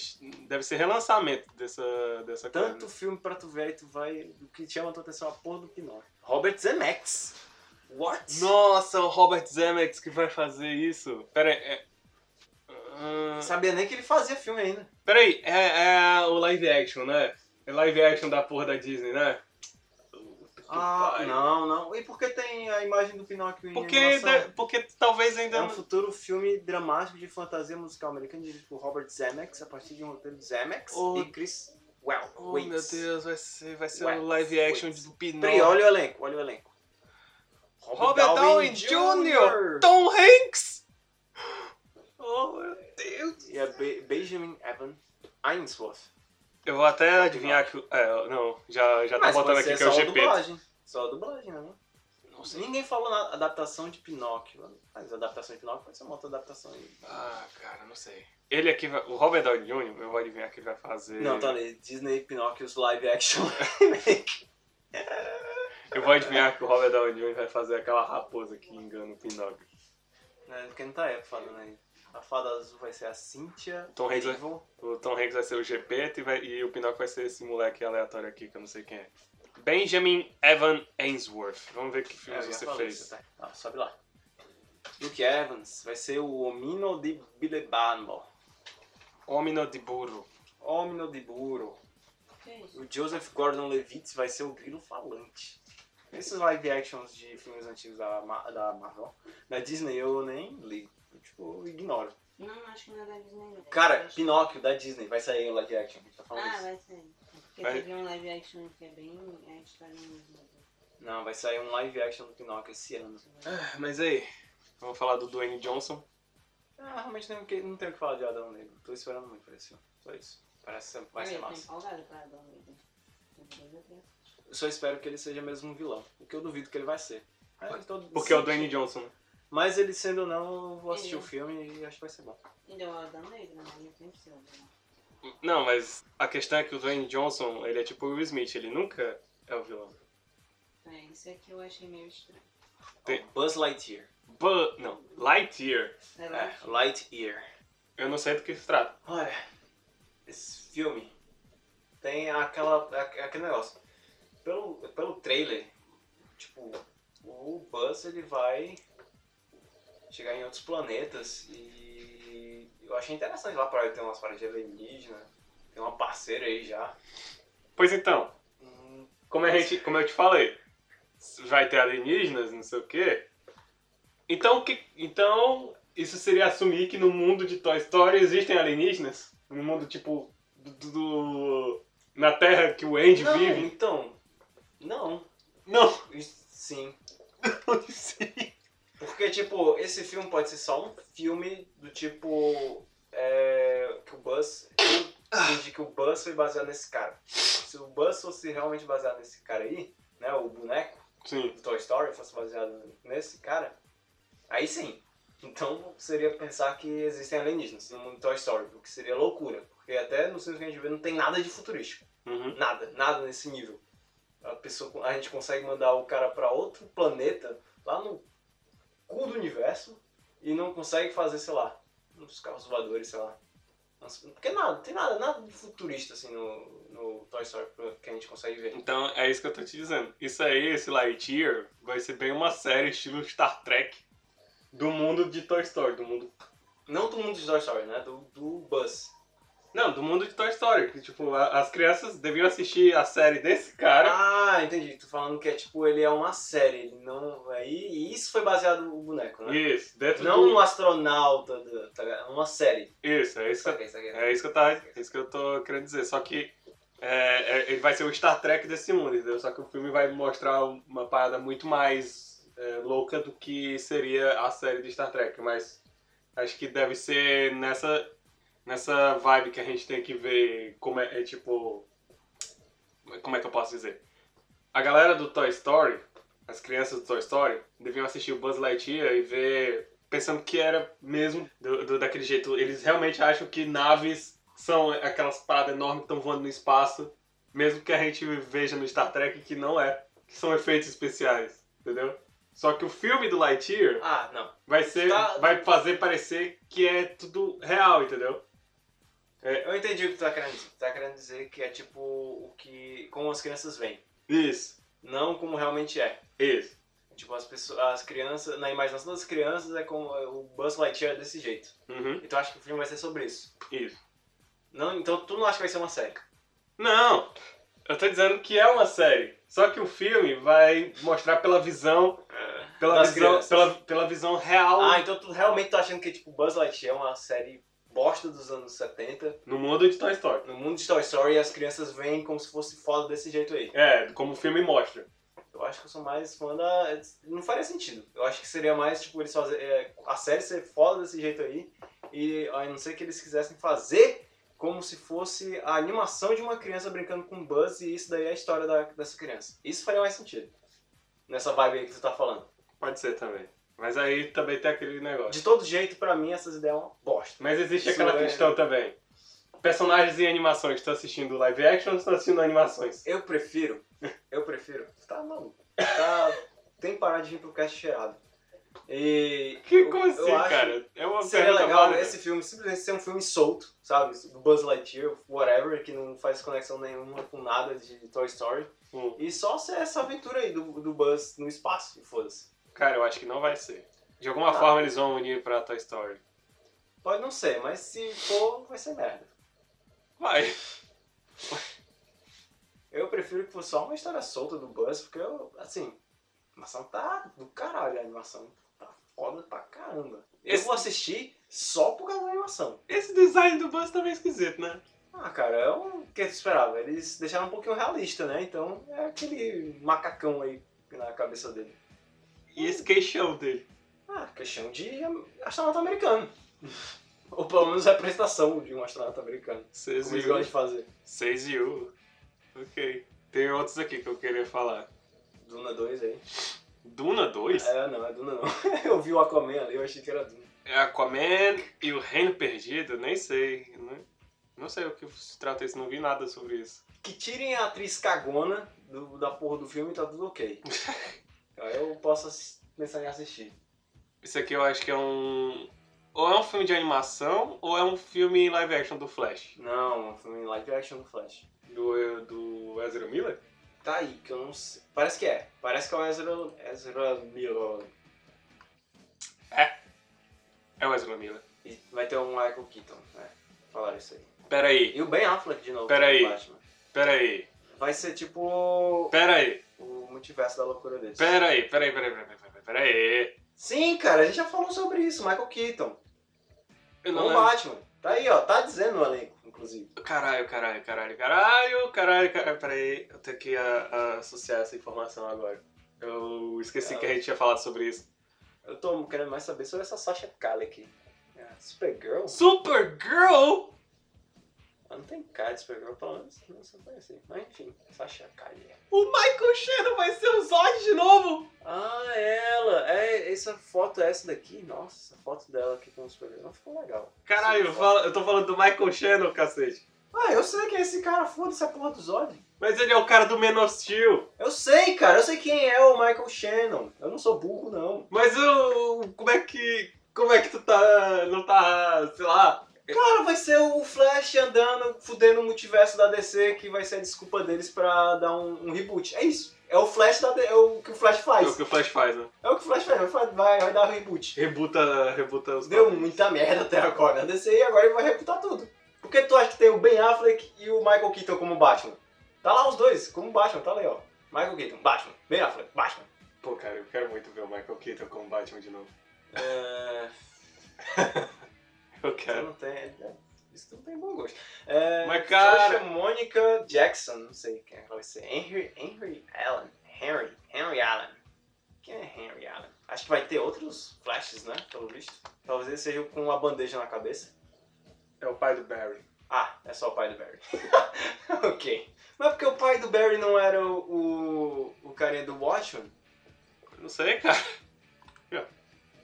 Speaker 1: Deve ser relançamento dessa, dessa coisa. né?
Speaker 3: Tanto filme pra tu ver, aí tu vai. O que chama a tua atenção é a porra do Pinóquio. Robert Zemeckis. What?
Speaker 1: Nossa, o Robert Zemeckis que vai fazer isso. Pera aí, é... Ah,
Speaker 3: Sabia nem que ele fazia filme ainda.
Speaker 1: Pera aí, é, é o live action, né? É live action da porra da Disney, né?
Speaker 3: Ah,
Speaker 1: pariu.
Speaker 3: não, não. E por que tem a imagem do Pinóquio em
Speaker 1: Porque,
Speaker 3: animação?
Speaker 1: de- porque talvez ainda
Speaker 3: É um
Speaker 1: não...
Speaker 3: futuro filme dramático de fantasia musical americana dirigido por Robert Zemeckis a partir de um roteiro de Zemeckis
Speaker 1: Oh.
Speaker 3: e Chris Well.
Speaker 1: Oh,
Speaker 3: Waits.
Speaker 1: meu Deus, vai ser, vai ser
Speaker 3: Wait,
Speaker 1: um live action
Speaker 3: wait.
Speaker 1: do Pinóquio.
Speaker 3: Peraí, olha o elenco, olha o elenco.
Speaker 1: Robert Downey Jr. Tom Hanks! Oh, meu Deus.
Speaker 3: E a Be- Benjamin Evan Ainsworth.
Speaker 1: Eu vou até adivinhar que. o- É, não, já, já tá
Speaker 3: Mas
Speaker 1: botando
Speaker 3: pode
Speaker 1: aqui
Speaker 3: ser
Speaker 1: que é o
Speaker 3: só a
Speaker 1: GP.
Speaker 3: dublagem. Só a dublagem, né? Nossa, ninguém falou na adaptação de Pinóquio. Mas a adaptação de Pinóquio pode ser uma outra adaptação aí.
Speaker 1: Ah, cara, não sei. Ele aqui vai. O Robert Downey Jr., eu vou adivinhar que ele vai fazer.
Speaker 3: Não, tá ali. Disney Pinóquios live action. [LAUGHS] É,
Speaker 1: Eu vou adivinhar que o Robert Downey Jr. vai fazer aquela raposa que engana o Pinóquio.
Speaker 3: né? Porque não tá aí a fada, né? A fada azul vai ser a Cynthia.
Speaker 1: Tom Hanks vai-
Speaker 3: Erivo.
Speaker 1: O Tom Hanks vai ser o Gepeto e, vai- e o Pinóquio vai ser esse moleque aleatório aqui que eu não sei quem é. Benjamin Evan Ainsworth. Vamos ver que
Speaker 3: É,
Speaker 1: filmes
Speaker 3: eu ia
Speaker 1: você
Speaker 3: falar
Speaker 1: fez.
Speaker 3: isso, tá? Ah, sobe lá. Luke Evans vai ser o Omino de Bilebano.
Speaker 1: Homino de Burro.
Speaker 3: Omino de Buro.
Speaker 7: Que é isso?
Speaker 3: O Joseph Gordon-Levitt vai ser o grilo falante. Esses live actions de filmes antigos da, Ma- da Marvel, da Disney, eu nem ligo. Eu, Tipo, eu ignoro.
Speaker 7: Não, acho que não é da Disney. não.
Speaker 3: Cara,
Speaker 7: Acho-
Speaker 3: Pinóquio da Disney vai sair o live action. A gente tá falando
Speaker 7: Ah,
Speaker 3: isso.
Speaker 7: vai ser. Porque
Speaker 1: Vai.
Speaker 7: teve um live action que é bem. É a história mesmo.
Speaker 3: Não, vai sair um live action do Pinóquio esse ano.
Speaker 1: Ah, Mas aí, vamos falar do Dwayne Johnson.
Speaker 3: Ah, realmente não, que- não tenho o que falar de Adão Negro. Tô esperando muito pra esse filme. Só isso. Parece ser, vai
Speaker 7: Olha,
Speaker 3: ser
Speaker 7: eu tô
Speaker 3: massa.
Speaker 7: empolgada pra dar um vídeo. Tem dois ou três.
Speaker 3: Eu só espero que ele seja mesmo um vilão. O que eu duvido que ele vai ser. Mas eu tô-
Speaker 1: Porque é o Dwayne Johnson. né?
Speaker 3: Mas ele sendo ou não, eu vou assistir
Speaker 7: Ele.
Speaker 3: o filme e acho que vai ser bom.
Speaker 7: Ainda é o Adão Negro, né? Ele tem que ser o Adão Negro.
Speaker 1: Não, mas a questão é que o Dwayne Johnson, ele é tipo o Will Smith, ele nunca é o vilão.
Speaker 7: É, isso é que eu achei meio estranho.
Speaker 1: Tem-
Speaker 3: Buzz Lightyear.
Speaker 1: But, não, Lightyear.
Speaker 7: Sei lá.
Speaker 3: É, Lightyear.
Speaker 1: Eu não sei do que se trata.
Speaker 3: Olha, esse filme tem aquela, a- aquele negócio. Pelo, pelo trailer, tipo, o Buzz ele vai chegar em outros planetas e eu achei interessante lá para ter umas paradas de alienígena, tem uma parceira aí já.
Speaker 1: Pois então,
Speaker 3: Hum,
Speaker 1: como, é a gente, como eu te falei, vai ter alienígenas, não sei o quê. Então, o que, então, isso seria assumir que no mundo de Toy Story existem alienígenas? No mundo, tipo, do... do- do- na Terra que o Andy
Speaker 3: não,
Speaker 1: vive?
Speaker 3: então, não,
Speaker 1: Não,
Speaker 3: Isso- sim.
Speaker 1: [LAUGHS] sim.
Speaker 3: Porque, tipo, esse filme pode ser só um filme do tipo. é, que o Buzz. De que o Buzz foi baseado nesse cara. Se o Buzz fosse realmente baseado nesse cara aí, né? O boneco
Speaker 1: Sim.
Speaker 3: do Toy Story fosse baseado nesse cara, aí sim. Então seria pensar que existem alienígenas no mundo do Toy Story, o que seria loucura. Porque até nos filmes que a gente vê não tem nada de futurístico.
Speaker 1: Uhum.
Speaker 3: Nada, nada nesse nível. A, pessoa, a gente consegue mandar o cara pra outro planeta, lá no cu do universo, e não consegue fazer, sei lá, uns carros voadores, sei lá. Uns- Porque nada, tem nada, nada de futurista assim no, no Toy Story pro- que a gente consegue ver.
Speaker 1: Então, é isso que eu tô te dizendo. Isso aí, esse Lightyear, vai ser bem uma série estilo Star Trek do mundo de Toy Story, do mundo...
Speaker 3: Não do mundo de Toy Story, né? Do, do Buzz.
Speaker 1: Não, do mundo de Toy Story, que tipo, a- as crianças deviam assistir a série desse cara.
Speaker 3: Ah, entendi. Tu falando que é tipo, ele é uma série, ele não. Aí, e isso foi baseado no boneco, né?
Speaker 1: Isso, dentro
Speaker 3: Não
Speaker 1: do...
Speaker 3: um astronauta, do- tá ligado? uma série.
Speaker 1: Isso, é isso que eu
Speaker 3: Saquei, saquei.
Speaker 1: É isso que eu, tava, é isso que eu tô querendo dizer. Só que é, é, ele vai ser o Star Trek desse mundo, entendeu? Só que o filme vai mostrar uma parada muito mais é, louca do que seria a série de Star Trek. Mas acho que deve ser nessa, nessa vibe que a gente tem que ver como é, é tipo. Como é que eu posso dizer? A galera do Toy Story, as crianças do Toy Story, deviam assistir o Buzz Lightyear e ver pensando que era mesmo do, do- daquele jeito. Eles realmente acham que naves são aquelas paradas enormes que estão voando no espaço, mesmo que a gente veja no Star Trek que não é, que são efeitos especiais, entendeu? Só que o filme do Lightyear
Speaker 3: Ah, não.
Speaker 1: vai ser,
Speaker 3: Tá.
Speaker 1: vai fazer parecer que é tudo real, entendeu?
Speaker 3: Eu entendi o que tu tá querendo dizer. Tu tá querendo dizer que é tipo o que. como as crianças veem.
Speaker 1: Isso,
Speaker 3: Não como realmente é.
Speaker 1: isso.
Speaker 3: Tipo, as pessoas. As crianças. Na imaginação das crianças é como o Buzz Lightyear é desse jeito.
Speaker 1: Uhum,
Speaker 3: Então acho que o filme vai ser sobre isso.
Speaker 1: isso.
Speaker 3: Não, então tu não acha que vai ser uma série.
Speaker 1: Não, eu tô dizendo que é uma série. Só que o filme vai mostrar pela visão, pela,
Speaker 3: Das
Speaker 1: visão,
Speaker 3: crianças.
Speaker 1: pela, pela visão real
Speaker 3: Ah, então tu realmente tá achando que tipo Buzz Lightyear é uma série bosta dos anos 70.
Speaker 1: no mundo de Toy Story.
Speaker 3: No mundo de Toy Story as crianças veem como se fosse foda desse jeito aí.
Speaker 1: É, como o filme mostra.
Speaker 3: Eu acho que eu sou mais fã da. é, Não faria sentido. Eu acho que seria mais, tipo, eles fazer. é, a série ser foda desse jeito aí. E a não ser que eles quisessem fazer como se fosse a animação de uma criança brincando com Buzz e isso daí é a história da- dessa criança. Isso faria mais sentido. Nessa vibe aí que tu tá falando.
Speaker 1: Pode ser também. Mas aí também tem aquele negócio.
Speaker 3: De todo jeito, pra mim, essas ideias é uma bosta.
Speaker 1: Mas existe
Speaker 3: Isso
Speaker 1: aquela
Speaker 3: é-
Speaker 1: questão também. Personagens em animações, estão assistindo live action ou estão assistindo animações?
Speaker 3: Eu prefiro. [LAUGHS] Eu prefiro. Tá maluco. Tá. Tem que parar de vir pro cast cheirado. E.
Speaker 1: Que,
Speaker 3: eu-
Speaker 1: como
Speaker 3: eu
Speaker 1: assim,
Speaker 3: acho-
Speaker 1: cara? É uma
Speaker 3: Seria
Speaker 1: pergunta
Speaker 3: legal
Speaker 1: válida.
Speaker 3: esse filme simplesmente ser um filme solto, sabe? Do Buzz Lightyear, whatever, que não faz conexão nenhuma com nada de Toy Story.
Speaker 1: Hum.
Speaker 3: E só ser essa aventura aí do, do Buzz no espaço, e foda-se.
Speaker 1: Cara, eu acho que não vai ser. De alguma
Speaker 3: Tá.
Speaker 1: forma eles vão unir pra Toy Story.
Speaker 3: Pode não ser, mas se for, vai ser merda.
Speaker 1: Vai.
Speaker 3: Eu prefiro que fosse só uma história solta do Buzz, porque eu, assim, a animação tá do caralho, a animação tá foda pra caramba. Eu
Speaker 1: Esse-
Speaker 3: vou assistir só por causa da animação.
Speaker 1: Esse design do Buzz também é esquisito, né?
Speaker 3: Ah, cara, é o que eu esperava. Eles deixaram um pouquinho realista, né? Então é aquele macacão aí na cabeça dele.
Speaker 1: E esse queixão dele.
Speaker 3: Ah, questão de astronauta americano. [LAUGHS] Ou pelo menos a prestação de um astronauta americano. Como eles gostam
Speaker 1: 6U.
Speaker 3: de fazer.
Speaker 1: 6U. Ok. Tem outros aqui que eu queria falar.
Speaker 3: Duna 2 aí.
Speaker 1: Duna 2?
Speaker 3: É, não, é Duna não. [LAUGHS] Eu vi o Aquaman ali, eu achei que era Duna.
Speaker 1: É Aquaman e o Reino Perdido? Nem sei. Não, não sei o que se trata isso, não vi nada sobre isso.
Speaker 3: Que tirem a atriz cagona do- da porra do filme e tá tudo ok. aí eu posso assis- pensar em assistir.
Speaker 1: Isso aqui eu acho que é um. Ou é um filme de animação, ou é um filme live action do Flash.
Speaker 3: Não, um filme live action do Flash.
Speaker 1: Do, é, do Ezra Miller?
Speaker 3: Tá aí, que eu não sei. Parece que é. Parece que é o Ezra, Ezra Miller.
Speaker 1: É o Ezra Miller.
Speaker 3: E vai ter um Michael Keaton, né? Falaram isso aí.
Speaker 1: Peraí,
Speaker 3: E o Ben Affleck de novo.
Speaker 1: Pera aí.
Speaker 3: o Batman.
Speaker 1: peraí,
Speaker 3: Vai ser tipo
Speaker 1: peraí,
Speaker 3: o multiverso da loucura deles.
Speaker 1: peraí, peraí, peraí, peraí, peraí, peraí.
Speaker 3: Sim, cara, a gente já falou sobre isso. Michael Keaton.
Speaker 1: Eu
Speaker 3: Com
Speaker 1: não é.
Speaker 3: o
Speaker 1: lembro.
Speaker 3: Batman. Tá aí, ó. Tá dizendo o elenco, inclusive.
Speaker 1: Caralho, caralho, caralho, caralho, caralho, caralho, peraí. Eu tenho que ah, ah, associar essa informação agora. Eu esqueci que a gente tinha falado sobre isso.
Speaker 3: Eu tô querendo mais saber sobre essa Sasha Kali aqui. É, Supergirl?
Speaker 1: Supergirl?
Speaker 3: Ela não tem cara de Supergirl, pelo menos não se conhece. Mas enfim, Sasha Kali.
Speaker 1: O Michael Shannon vai ser o Zod de novo?
Speaker 3: Ah, ela! É, essa foto, essa daqui, nossa, essa foto dela aqui com o Supergirl não ficou legal.
Speaker 1: Caralho, eu,
Speaker 3: Essa
Speaker 1: falo- eu tô falando do Michael Shannon, cacete.
Speaker 3: Ah, eu sei que é esse cara, foda-se a porra do Zod.
Speaker 1: Mas ele é o cara do Man of Steel.
Speaker 3: Eu sei, cara, eu sei quem é o Michael Shannon. Eu não sou burro, não.
Speaker 1: Mas o. Como é que. Como é que tu tá. Não tá. Sei lá.
Speaker 3: Cara, vai ser o Flash andando, fudendo o multiverso da DC, que vai ser a desculpa deles pra dar um, um reboot. É isso. É o Flash da D- é o que o Flash
Speaker 1: É o
Speaker 3: faz.
Speaker 1: que o Flash faz, né?
Speaker 3: É o que o Flash faz, vai, vai, vai dar um reboot.
Speaker 1: Rebuta, rebuta os.
Speaker 3: Deu muita merda até agora na DC e agora ele vai reputar tudo. Por que tu acha que tem o Ben Affleck e o Michael Keaton como Batman? Tá lá os dois, como Batman, tá ali, ó. Michael Keaton, Batman. Ben Affleck, Batman.
Speaker 1: Pô, cara, eu quero muito ver o Michael Keaton como Batman de novo.
Speaker 3: É...
Speaker 1: Eu
Speaker 3: Você
Speaker 1: quero.
Speaker 3: não tem... é, Isso não tem bom gosto. É...
Speaker 1: Mas, cara-
Speaker 3: Saoirse Monica Jackson, não sei quem ela vai ser. Henry... Henry Allen. Henry. Henry Allen. Quem é Henry Allen? Acho que vai ter outros flashes, né? Pelo visto. Talvez ele seja o com uma bandeja na cabeça.
Speaker 1: É o pai do Barry.
Speaker 3: Ah, é só o pai do Barry. [LAUGHS] ok. Mas porque o pai do Barry não era o, o, o carinha do Watchmen?
Speaker 1: Não sei, cara.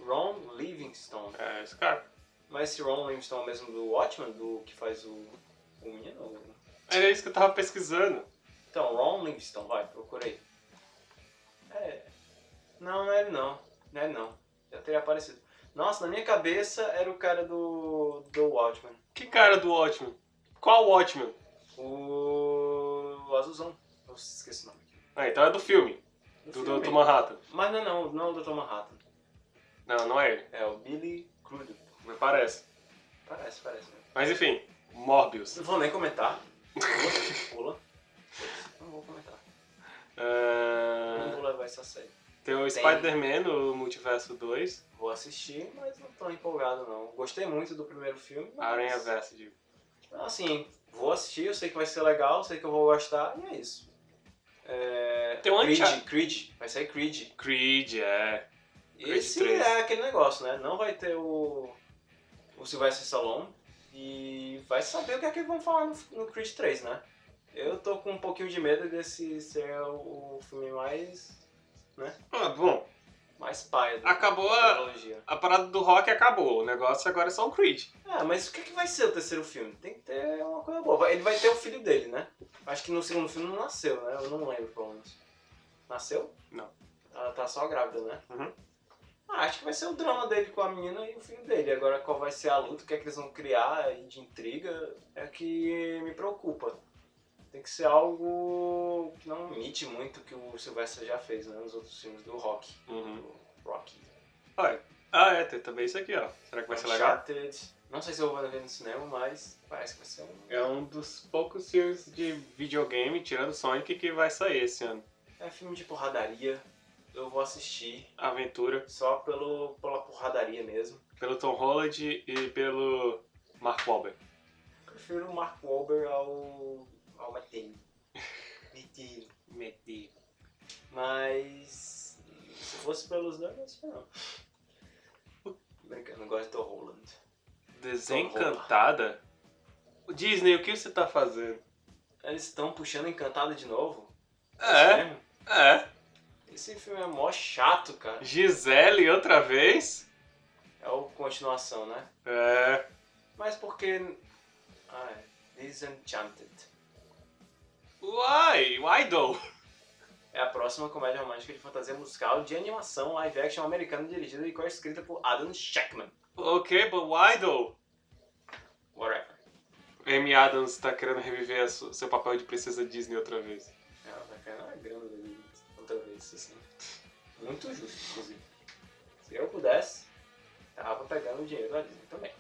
Speaker 3: Ron Livingstone.
Speaker 1: É esse cara.
Speaker 3: Mas esse Ron Livingstone é o mesmo do Watchmen, do que faz o, o menino? o-
Speaker 1: Era é isso que eu tava pesquisando.
Speaker 3: Então, Ron Livingstone, vai, procura aí. É. Não, não é ele não. Não é ele não. Já teria aparecido. Nossa, na minha cabeça era o cara do, do Watchmen.
Speaker 1: Que cara do Watchmen? Qual Watchmen?
Speaker 3: O, o Azulzão. Nossa, esqueci o nome.
Speaker 1: Ah, então é do filme.
Speaker 3: Do
Speaker 1: Do
Speaker 3: filme.
Speaker 1: Dr. Manhattan.
Speaker 3: Mas não, é não, não é o Dr. Manhattan.
Speaker 1: Não, não é ele.
Speaker 3: É o Billy Crudup.
Speaker 1: Mas parece.
Speaker 3: Parece, parece mesmo.
Speaker 1: Mas enfim, Morbius.
Speaker 3: Não vou nem comentar. Pula. Pula. Não vou comentar. Não
Speaker 1: Ah,
Speaker 3: vou levar isso a sério.
Speaker 1: tem o
Speaker 3: Tem.
Speaker 1: Spider-Man no Multiverso 2.
Speaker 3: Vou assistir, mas não tô empolgado não. Gostei muito do primeiro filme. mas-
Speaker 1: Aranha Versa, digo.
Speaker 3: Assim, vou assistir, eu sei que vai ser legal, sei que eu vou gostar, e é isso. É...
Speaker 1: Tem um
Speaker 3: Creed,
Speaker 1: Uncharted.
Speaker 3: Creed, vai sair Creed.
Speaker 1: Creed, é. Creed
Speaker 3: Esse
Speaker 1: 3.
Speaker 3: é aquele negócio, né? Não vai ter o, o Sylvester Stallone e vai saber o que é que vão falar no, no Creed 3, né? Eu tô com um pouquinho de medo desse ser o, o filme mais,
Speaker 1: Ah, bom.
Speaker 3: mais paia da
Speaker 1: Acabou a,
Speaker 3: trilogia.
Speaker 1: a parada do rock acabou. O negócio agora é só o Creed.
Speaker 3: Ah, mas o que, é que vai ser o terceiro filme? Tem que ter uma coisa boa. Vai- Ele vai ter o filho dele, né? Acho que no segundo filme não nasceu, né? Eu não lembro, pelo menos. Nasceu?
Speaker 1: Não.
Speaker 3: Ela tá só grávida, né?
Speaker 1: Uhum.
Speaker 3: Ah, acho que vai ser o drama dele com a menina e o filho dele. Agora, qual vai ser a luta, o que é que eles vão criar aí de intriga, é que me preocupa. Tem que ser algo que não imite muito o que o Sylvester já fez, né? Nos outros filmes do Rock.
Speaker 1: Uhum.
Speaker 3: Do Rock.
Speaker 1: Olha. Ah, é, tem também isso aqui, ó. Será que vai ser legal?
Speaker 3: Uncharted. Não sei se eu vou ver no cinema, mas parece que vai ser um...
Speaker 1: É um dos poucos filmes de videogame, tirando Sonic, que vai sair esse ano.
Speaker 3: É filme de porradaria. Eu vou assistir
Speaker 1: Aventura,
Speaker 3: só pelo, pela porradaria mesmo.
Speaker 1: pelo Tom Holland e pelo Mark Wahlberg.
Speaker 3: Prefiro o Mark Wahlberg ao, ao Matt [LAUGHS] Damon. Matt Damon. Mas se fosse pelos dois, não sei não. Brincando, eu gosto do Roland.
Speaker 1: Desencantada? Disney, o que você tá fazendo?
Speaker 3: Eles estão puxando Encantado de novo?
Speaker 1: É?
Speaker 3: Isso mesmo?
Speaker 1: É,
Speaker 3: Esse filme é mó chato, cara.
Speaker 1: Gisele outra vez?
Speaker 3: É o continuação, né?
Speaker 1: É,
Speaker 3: Mas porque... Ah, é. Disenchanted.
Speaker 1: why? Why do?
Speaker 3: é a próxima comédia romântica de fantasia musical de animação live action americana dirigida e co-escrita por Adam Shackman.
Speaker 1: Ok, but why do?
Speaker 3: Whatever.
Speaker 1: Amy Adams tá querendo reviver a su- seu papel de princesa Disney outra vez.
Speaker 3: É, Ela vai cair na grana dele outra vez, assim. Muito justo, inclusive. Se eu pudesse, tava pegando o dinheiro da Disney também.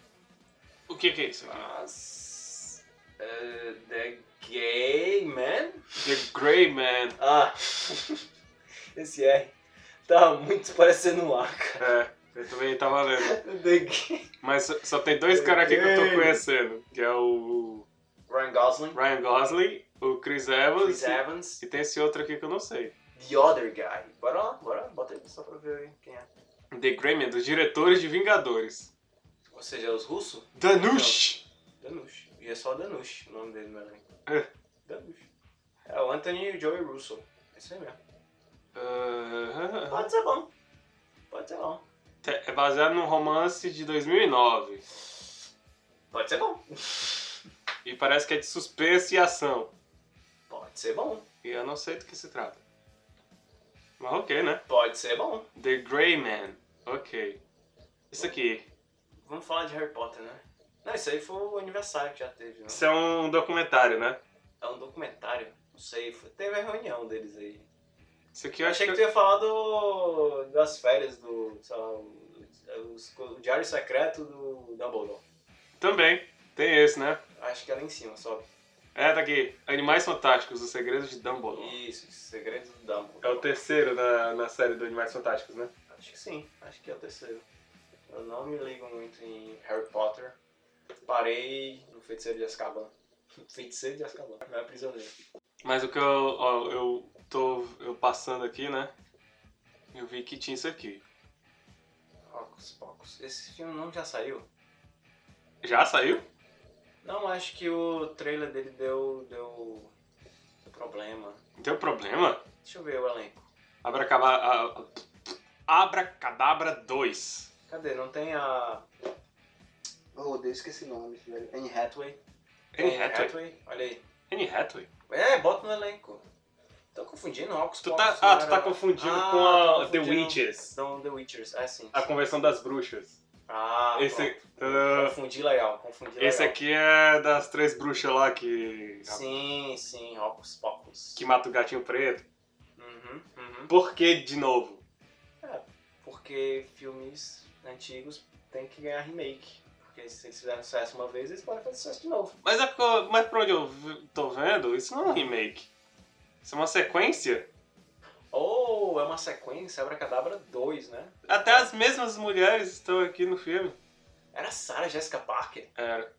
Speaker 1: O que que é isso aqui?
Speaker 3: Mas... eh, the Gay Man?
Speaker 1: The Grey Man.
Speaker 3: Ah! [LAUGHS] Esse R tá muito parecendo um A, cara.
Speaker 1: É, eu também tava lendo.
Speaker 3: The Gay...
Speaker 1: Mas só- só tem dois caras aqui que eu
Speaker 3: Ok.
Speaker 1: tô conhecendo, que é o
Speaker 3: Ryan Gosling,
Speaker 1: Ryan Gosling, o Chris Evans,
Speaker 3: Chris Evans,
Speaker 1: e tem esse outro aqui que eu não sei.
Speaker 3: The Other Guy. Bora lá, bora, lá, bota aí só pra ver quem é.
Speaker 1: The Greyman, dos diretores de Vingadores.
Speaker 3: Ou seja, é os russos?
Speaker 1: Danush!
Speaker 3: Danush. E é só Danush o nome dele no elenco.
Speaker 1: É.
Speaker 3: Danush. É o Anthony e o Joey Russo. É isso aí mesmo.
Speaker 1: Aham.
Speaker 3: Pode ser bom. Pode ser bom.
Speaker 1: Te- É baseado num romance de 2009.
Speaker 3: Pode ser bom.
Speaker 1: E parece que é de suspense e ação.
Speaker 3: Pode ser bom.
Speaker 1: E eu não sei do que se trata. Mas ok, né?
Speaker 3: Pode ser bom.
Speaker 1: The Greyman. Ok. Isso aqui.
Speaker 3: Vamos falar de Harry Potter, né? Não, isso aí foi o aniversário que já teve, né?
Speaker 1: Isso é um documentário, né?
Speaker 3: É um documentário. Não sei, foi- teve a reunião deles aí.
Speaker 1: Isso aqui
Speaker 3: Eu
Speaker 1: eu
Speaker 3: achei
Speaker 1: acho
Speaker 3: que
Speaker 1: que...
Speaker 3: tu ia falar do, das férias do. Sei lá, o, os- o Diário Secreto do Dumbledore.
Speaker 1: Também. Tem esse, né?
Speaker 3: A acho que é lá em cima, sobe.
Speaker 1: É, tá aqui. Animais Fantásticos, Os Segredos de Dumbledore.
Speaker 3: Isso, segredo do Dumbledore.
Speaker 1: É o terceiro na, na série do Animais Fantásticos, né?
Speaker 3: Acho que sim, acho que é o terceiro. Eu não me ligo muito em Harry Potter. Parei no Feiticeiro de Azkaban. [LAUGHS] Feiticeiro de Azkaban, não é prisioneiro.
Speaker 1: Mas o que eu, ó, eu tô eu passando aqui, né? Eu vi que tinha isso aqui.
Speaker 3: Pocos, pocos. Esse filme não já saiu?
Speaker 1: Já saiu?
Speaker 3: Não, acho que o trailer dele deu. deu. deu problema.
Speaker 1: Deu problema?
Speaker 3: Deixa eu ver o elenco.
Speaker 1: Abracaba- a- a- Abracadabra 2.
Speaker 3: Cadê? Não tem a.
Speaker 9: Oh, Deus, esqueci o nome, velho.
Speaker 3: Anne Hathaway?
Speaker 1: Anne Hathaway.
Speaker 3: Olha aí.
Speaker 1: Anne Hathaway.
Speaker 3: É, bota no elenco. Tô confundindo, Hocus
Speaker 1: Tu tá,
Speaker 3: Pocus não
Speaker 1: ah, tu
Speaker 3: era-
Speaker 1: tá confundindo
Speaker 3: Ah,
Speaker 1: com
Speaker 3: tô
Speaker 1: a The
Speaker 3: confundindo.
Speaker 1: Witches.
Speaker 3: Não, The Witchers, é sim.
Speaker 1: A Convenção das Bruxas.
Speaker 3: Ah,
Speaker 1: Esse,
Speaker 3: pronto.
Speaker 1: ah,
Speaker 3: confundi legal, confundi legal.
Speaker 1: esse aqui é das três bruxas lá que,
Speaker 3: Sim, sim, Hocus Pocus.
Speaker 1: que mata o gatinho preto.
Speaker 3: Uhum, uhum.
Speaker 1: Por que de novo?
Speaker 3: Porque filmes antigos tem que ganhar remake. Porque se eles fizeram sucesso uma vez, eles podem fazer sucesso de novo.
Speaker 1: Mas, é porque, eu- mas pra onde eu vi- tô vendo, isso não é um remake. Isso é uma sequência.
Speaker 3: Ou é uma sequência, Abracadabra 2, né?
Speaker 1: Até as mesmas mulheres estão aqui no filme.
Speaker 3: Era Sarah Jessica Parker.
Speaker 1: Era.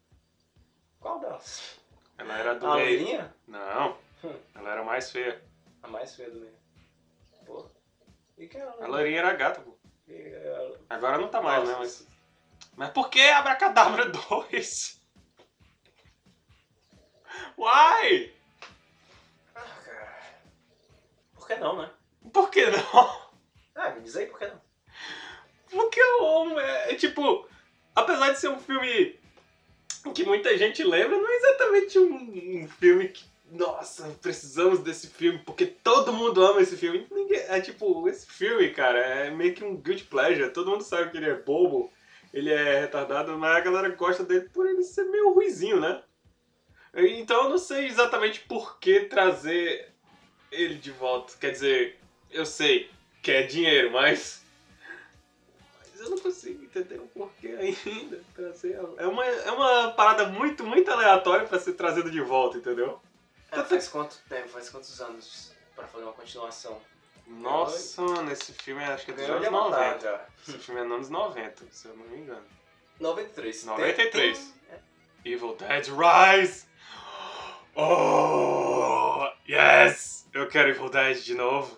Speaker 3: Qual delas?
Speaker 1: Ela era do
Speaker 3: a
Speaker 1: meio.
Speaker 3: loirinha?
Speaker 1: Não.
Speaker 3: Hum.
Speaker 1: Ela era mais feia.
Speaker 3: A mais feia do meio. Pô. E que ela?
Speaker 1: A loirinha era gata, pô.
Speaker 3: E ela-
Speaker 1: Agora não tá mais, né?
Speaker 3: Nossa.
Speaker 1: Mas, mas por que Abracadabra [LAUGHS] 2? Uai!
Speaker 3: Ah, cara. Por que não, né?
Speaker 1: Por que não?
Speaker 3: Ah, me diz aí por que não.
Speaker 1: Porque o é, é tipo, apesar de ser um filme que muita gente lembra, não é exatamente um, um filme que. Nossa, precisamos desse filme, porque todo mundo ama esse filme. Ninguém- é tipo, esse filme, cara, é meio que um guilty pleasure. Todo mundo sabe que ele é bobo, ele é retardado, mas a galera gosta dele por ele ser meio ruizinho, né? Então eu não sei exatamente por que trazer ele de volta. Quer dizer, eu sei que é dinheiro, mas. Mas eu não consigo entender o porquê ainda. trazer a- É uma, é uma parada muito, muito aleatória pra ser trazida de volta, entendeu?
Speaker 3: É, faz quanto tempo, faz quantos anos pra fazer uma continuação?
Speaker 1: Nossa, mano, esse filme é- acho que é dos
Speaker 3: Ganhou
Speaker 1: anos
Speaker 3: de vontade,
Speaker 1: 90.
Speaker 3: já.
Speaker 1: Esse filme é dos anos 90, se eu não me engano.
Speaker 3: 93.
Speaker 1: 93.
Speaker 3: é.
Speaker 1: Evil Dead Rise! Oh! Yes! Eu quero Evil Dead de novo.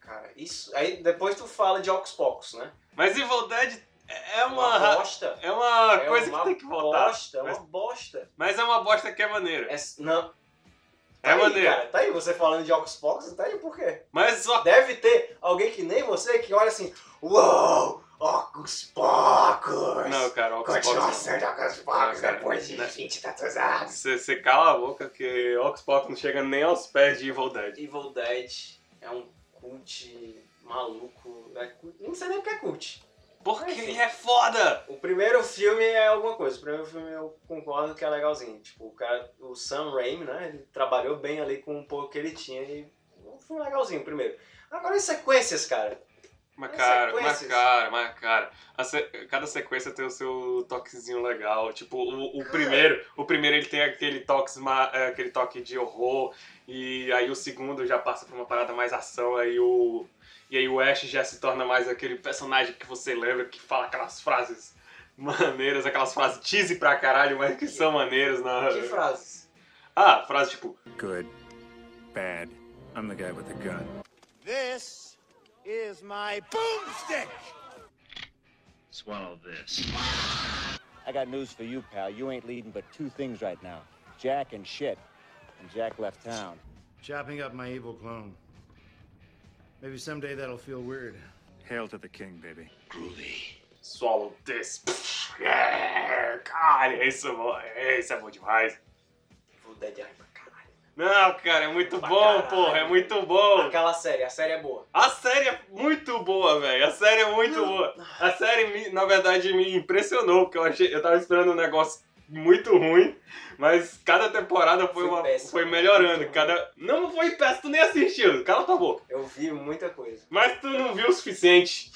Speaker 3: Cara, isso. Aí depois tu fala de Hocus Pocus, né?
Speaker 1: Mas Evil Dead é uma.
Speaker 3: Uma bosta.
Speaker 1: é uma
Speaker 3: É
Speaker 1: coisa
Speaker 3: uma
Speaker 1: que tem que voltar.
Speaker 3: Bosta, é uma bosta.
Speaker 1: Mas é uma bosta que é maneira.
Speaker 3: É, não.
Speaker 1: É,
Speaker 3: Tá aí,
Speaker 1: maneira.
Speaker 3: Cara, tá aí você falando de Hocus Pocus, tá aí por quê?
Speaker 1: Mas só
Speaker 3: Deve ter alguém que nem você que olha assim: Uou, Hocus Pocus!
Speaker 1: Não, cara, Ox
Speaker 3: Continua
Speaker 1: Pocus.
Speaker 3: sendo Hocus
Speaker 1: Não,
Speaker 3: Pocus
Speaker 1: cara,
Speaker 3: depois de
Speaker 1: né?
Speaker 3: 20 tantos anos.
Speaker 1: Você você cala a boca que Ox Pocus não chega nem aos pés de Evil Dead.
Speaker 3: Evil Dead é um cult maluco. é cult- Não sei nem o que é cult.
Speaker 1: Porque
Speaker 3: Enfim.
Speaker 1: ele é foda!
Speaker 3: O primeiro filme é alguma coisa. O primeiro filme eu concordo que é legalzinho. Tipo, o cara, o Sam Raimi, né? Ele trabalhou bem ali com um pouco que ele tinha e foi legalzinho o primeiro. Agora as sequências, cara.
Speaker 1: Mas
Speaker 3: As
Speaker 1: cara, mas
Speaker 3: sequências.
Speaker 1: cara, mas cara. a se- Cada sequência tem o seu toquezinho legal. Tipo, o, o primeiro, o primeiro ele tem aquele toque, ma- é, aquele toque de horror. E aí o segundo já passa pra uma parada mais ação. Aí o. E aí o Ash já se torna mais aquele personagem que você lembra, que fala aquelas frases maneiras, aquelas frases cheesy pra caralho, mas que são maneiras na.
Speaker 3: Que frases.
Speaker 1: Ah, frase tipo,
Speaker 10: Good. Bad. I'm the guy with the gun.
Speaker 11: This is my boomstick.
Speaker 6: Swallow this.
Speaker 11: I got news for you, pal. You ain't leading but two things right now Jack and shit. And Jack left town.
Speaker 10: Chopping up my evil clone. Maybe someday that'll feel weird. Hail to the king, baby.
Speaker 1: swallow this. Yeah, cara, isso é bom, isso é bom demais.
Speaker 3: Evil Dead é pra caralho.
Speaker 1: Não, cara, é muito
Speaker 3: Pra
Speaker 1: bom,
Speaker 3: caralho.
Speaker 1: porra, é muito bom.
Speaker 3: Aquela série, a série é boa.
Speaker 1: A série é muito boa, velho. A série é muito boa. A série, me- na verdade, me impressionou, porque eu, achei, eu tava esperando um negócio muito ruim, mas cada temporada foi,
Speaker 3: Foi
Speaker 1: uma,
Speaker 3: péssimo.
Speaker 1: foi melhorando.
Speaker 3: Muito
Speaker 1: Cada, não foi péssimo, tu nem assistiu, cala tua boca.
Speaker 3: Eu vi muita coisa.
Speaker 1: Mas tu não viu o suficiente.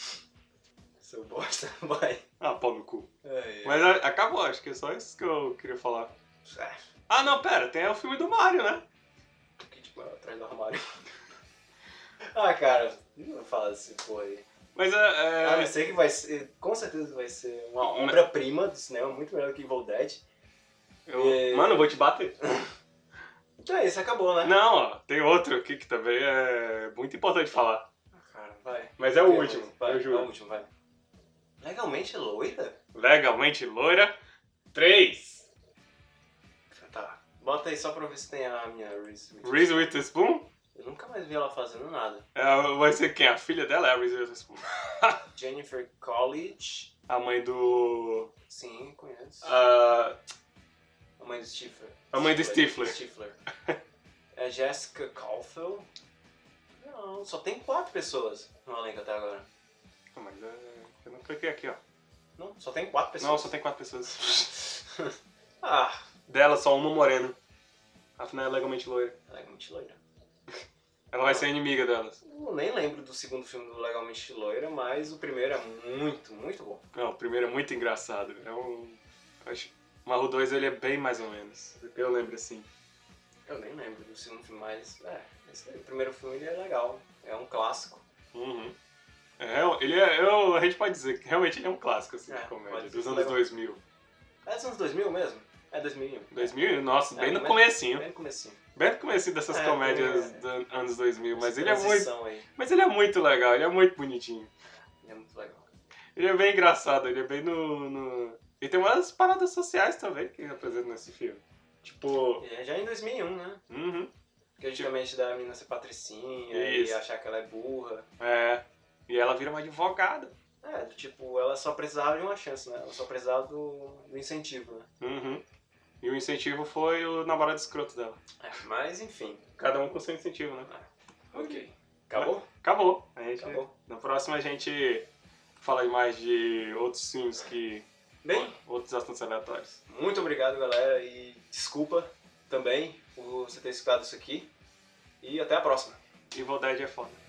Speaker 3: Seu bosta, [LAUGHS] vai.
Speaker 1: Ah, pau no cu. ah,
Speaker 3: É, é.
Speaker 1: Mas a- acabou, acho que é só isso que eu queria falar.
Speaker 3: É,
Speaker 1: Ah, não, pera, tem o filme do Mario, né?
Speaker 3: que tipo, é atrás do armário. [LAUGHS] ah, cara, não fala desse porra aí.
Speaker 1: Mas é. é-
Speaker 3: Ah, eu sei que vai ser, com certeza vai ser uma
Speaker 1: Mas-
Speaker 3: obra-prima do cinema, muito melhor que Evil Dead.
Speaker 1: eu- Mano, eu vou te bater.
Speaker 3: Então é isso, acabou, né?
Speaker 1: Não, ó, tem outro aqui que também é muito importante falar.
Speaker 3: Cara, vai.
Speaker 1: Mas é o
Speaker 3: Tem
Speaker 1: último,
Speaker 3: outro. vai,
Speaker 1: eu juro.
Speaker 3: É o último, vai. Legalmente é loira?
Speaker 1: Legalmente loira. 3.
Speaker 3: Tá. Bota aí só pra ver se tem a minha Reese. Witherspoon.
Speaker 1: Reese Witherspoon?
Speaker 3: Eu nunca mais vi ela fazendo nada.
Speaker 1: É, vai ser quem? A filha dela é a Reese Witherspoon. [LAUGHS]
Speaker 3: Jennifer College.
Speaker 1: A mãe do.
Speaker 3: Sim, conheço.
Speaker 1: ah,
Speaker 3: A mãe do Stifler.
Speaker 1: A mãe do Stifler.
Speaker 3: Stifler. É Jessica Caulfield. Não, só tem quatro pessoas no elenco até agora.
Speaker 1: mas é, eu não cliquei aqui, ó.
Speaker 3: Não, É só tem quatro pessoas.
Speaker 1: Não, só tem quatro pessoas.
Speaker 3: [LAUGHS] Ah,
Speaker 1: Dela, só uma morena. Afinal, é legalmente loira.
Speaker 3: Legalmente Loira.
Speaker 1: Ela vai ser inimiga delas.
Speaker 3: Eu nem lembro do segundo filme do Legalmente Loira, mas o primeiro é muito, muito bom.
Speaker 1: Não, o primeiro é muito engraçado. É um. eu Acho... Marro 2 ele é bem mais ou menos. Eu lembro assim.
Speaker 3: Eu nem lembro do segundo filme, mas é, esse daí, o primeiro filme ele é legal. É um clássico.
Speaker 1: Uhum. É, ele é, eu, a gente pode dizer que realmente ele é um clássico assim,
Speaker 3: É,
Speaker 1: de
Speaker 3: pode
Speaker 1: comédia,
Speaker 3: dizer
Speaker 1: dos
Speaker 3: que
Speaker 1: anos
Speaker 3: leva-
Speaker 1: 2000.
Speaker 3: É dos anos 2000 mesmo? É 2001.
Speaker 1: 2000? Nossa,
Speaker 3: É,
Speaker 1: bem no
Speaker 3: mas-
Speaker 1: comecinho.
Speaker 3: Bem no comecinho.
Speaker 1: Bem no comecinho dessas
Speaker 3: É,
Speaker 1: comédias
Speaker 3: é.
Speaker 1: dos anos 2000. Mas
Speaker 3: Essa
Speaker 1: ele, é muito,
Speaker 3: transição aí,
Speaker 1: mas ele é muito legal, ele é muito bonitinho.
Speaker 3: ele é muito legal.
Speaker 1: Ele é bem engraçado, ele é bem no... no... E tem umas paradas sociais também que apresentam nesse filme. Tipo...
Speaker 3: E é já em 2001, né?
Speaker 1: Uhum.
Speaker 3: Que é justamente da menina ser patricinha e
Speaker 1: Isso.
Speaker 3: achar que ela é burra.
Speaker 1: É. E ela vira uma advogada.
Speaker 3: É, do tipo, ela só precisava de uma chance, né? Ela só precisava do, do incentivo, né?
Speaker 1: Uhum. E o incentivo foi o namorado escroto dela.
Speaker 3: É, mas enfim.
Speaker 1: Cada um com seu incentivo, né?
Speaker 3: Ok. Acabou?
Speaker 1: Acabou. A gente-
Speaker 3: Acabou.
Speaker 1: Na próxima a gente fala mais de outros filmes que.
Speaker 3: Bem,
Speaker 1: Outros assuntos aleatórios.
Speaker 3: muito obrigado, galera. E desculpa também por você ter escutado isso aqui. E até a próxima.
Speaker 1: Evil Dead é foda.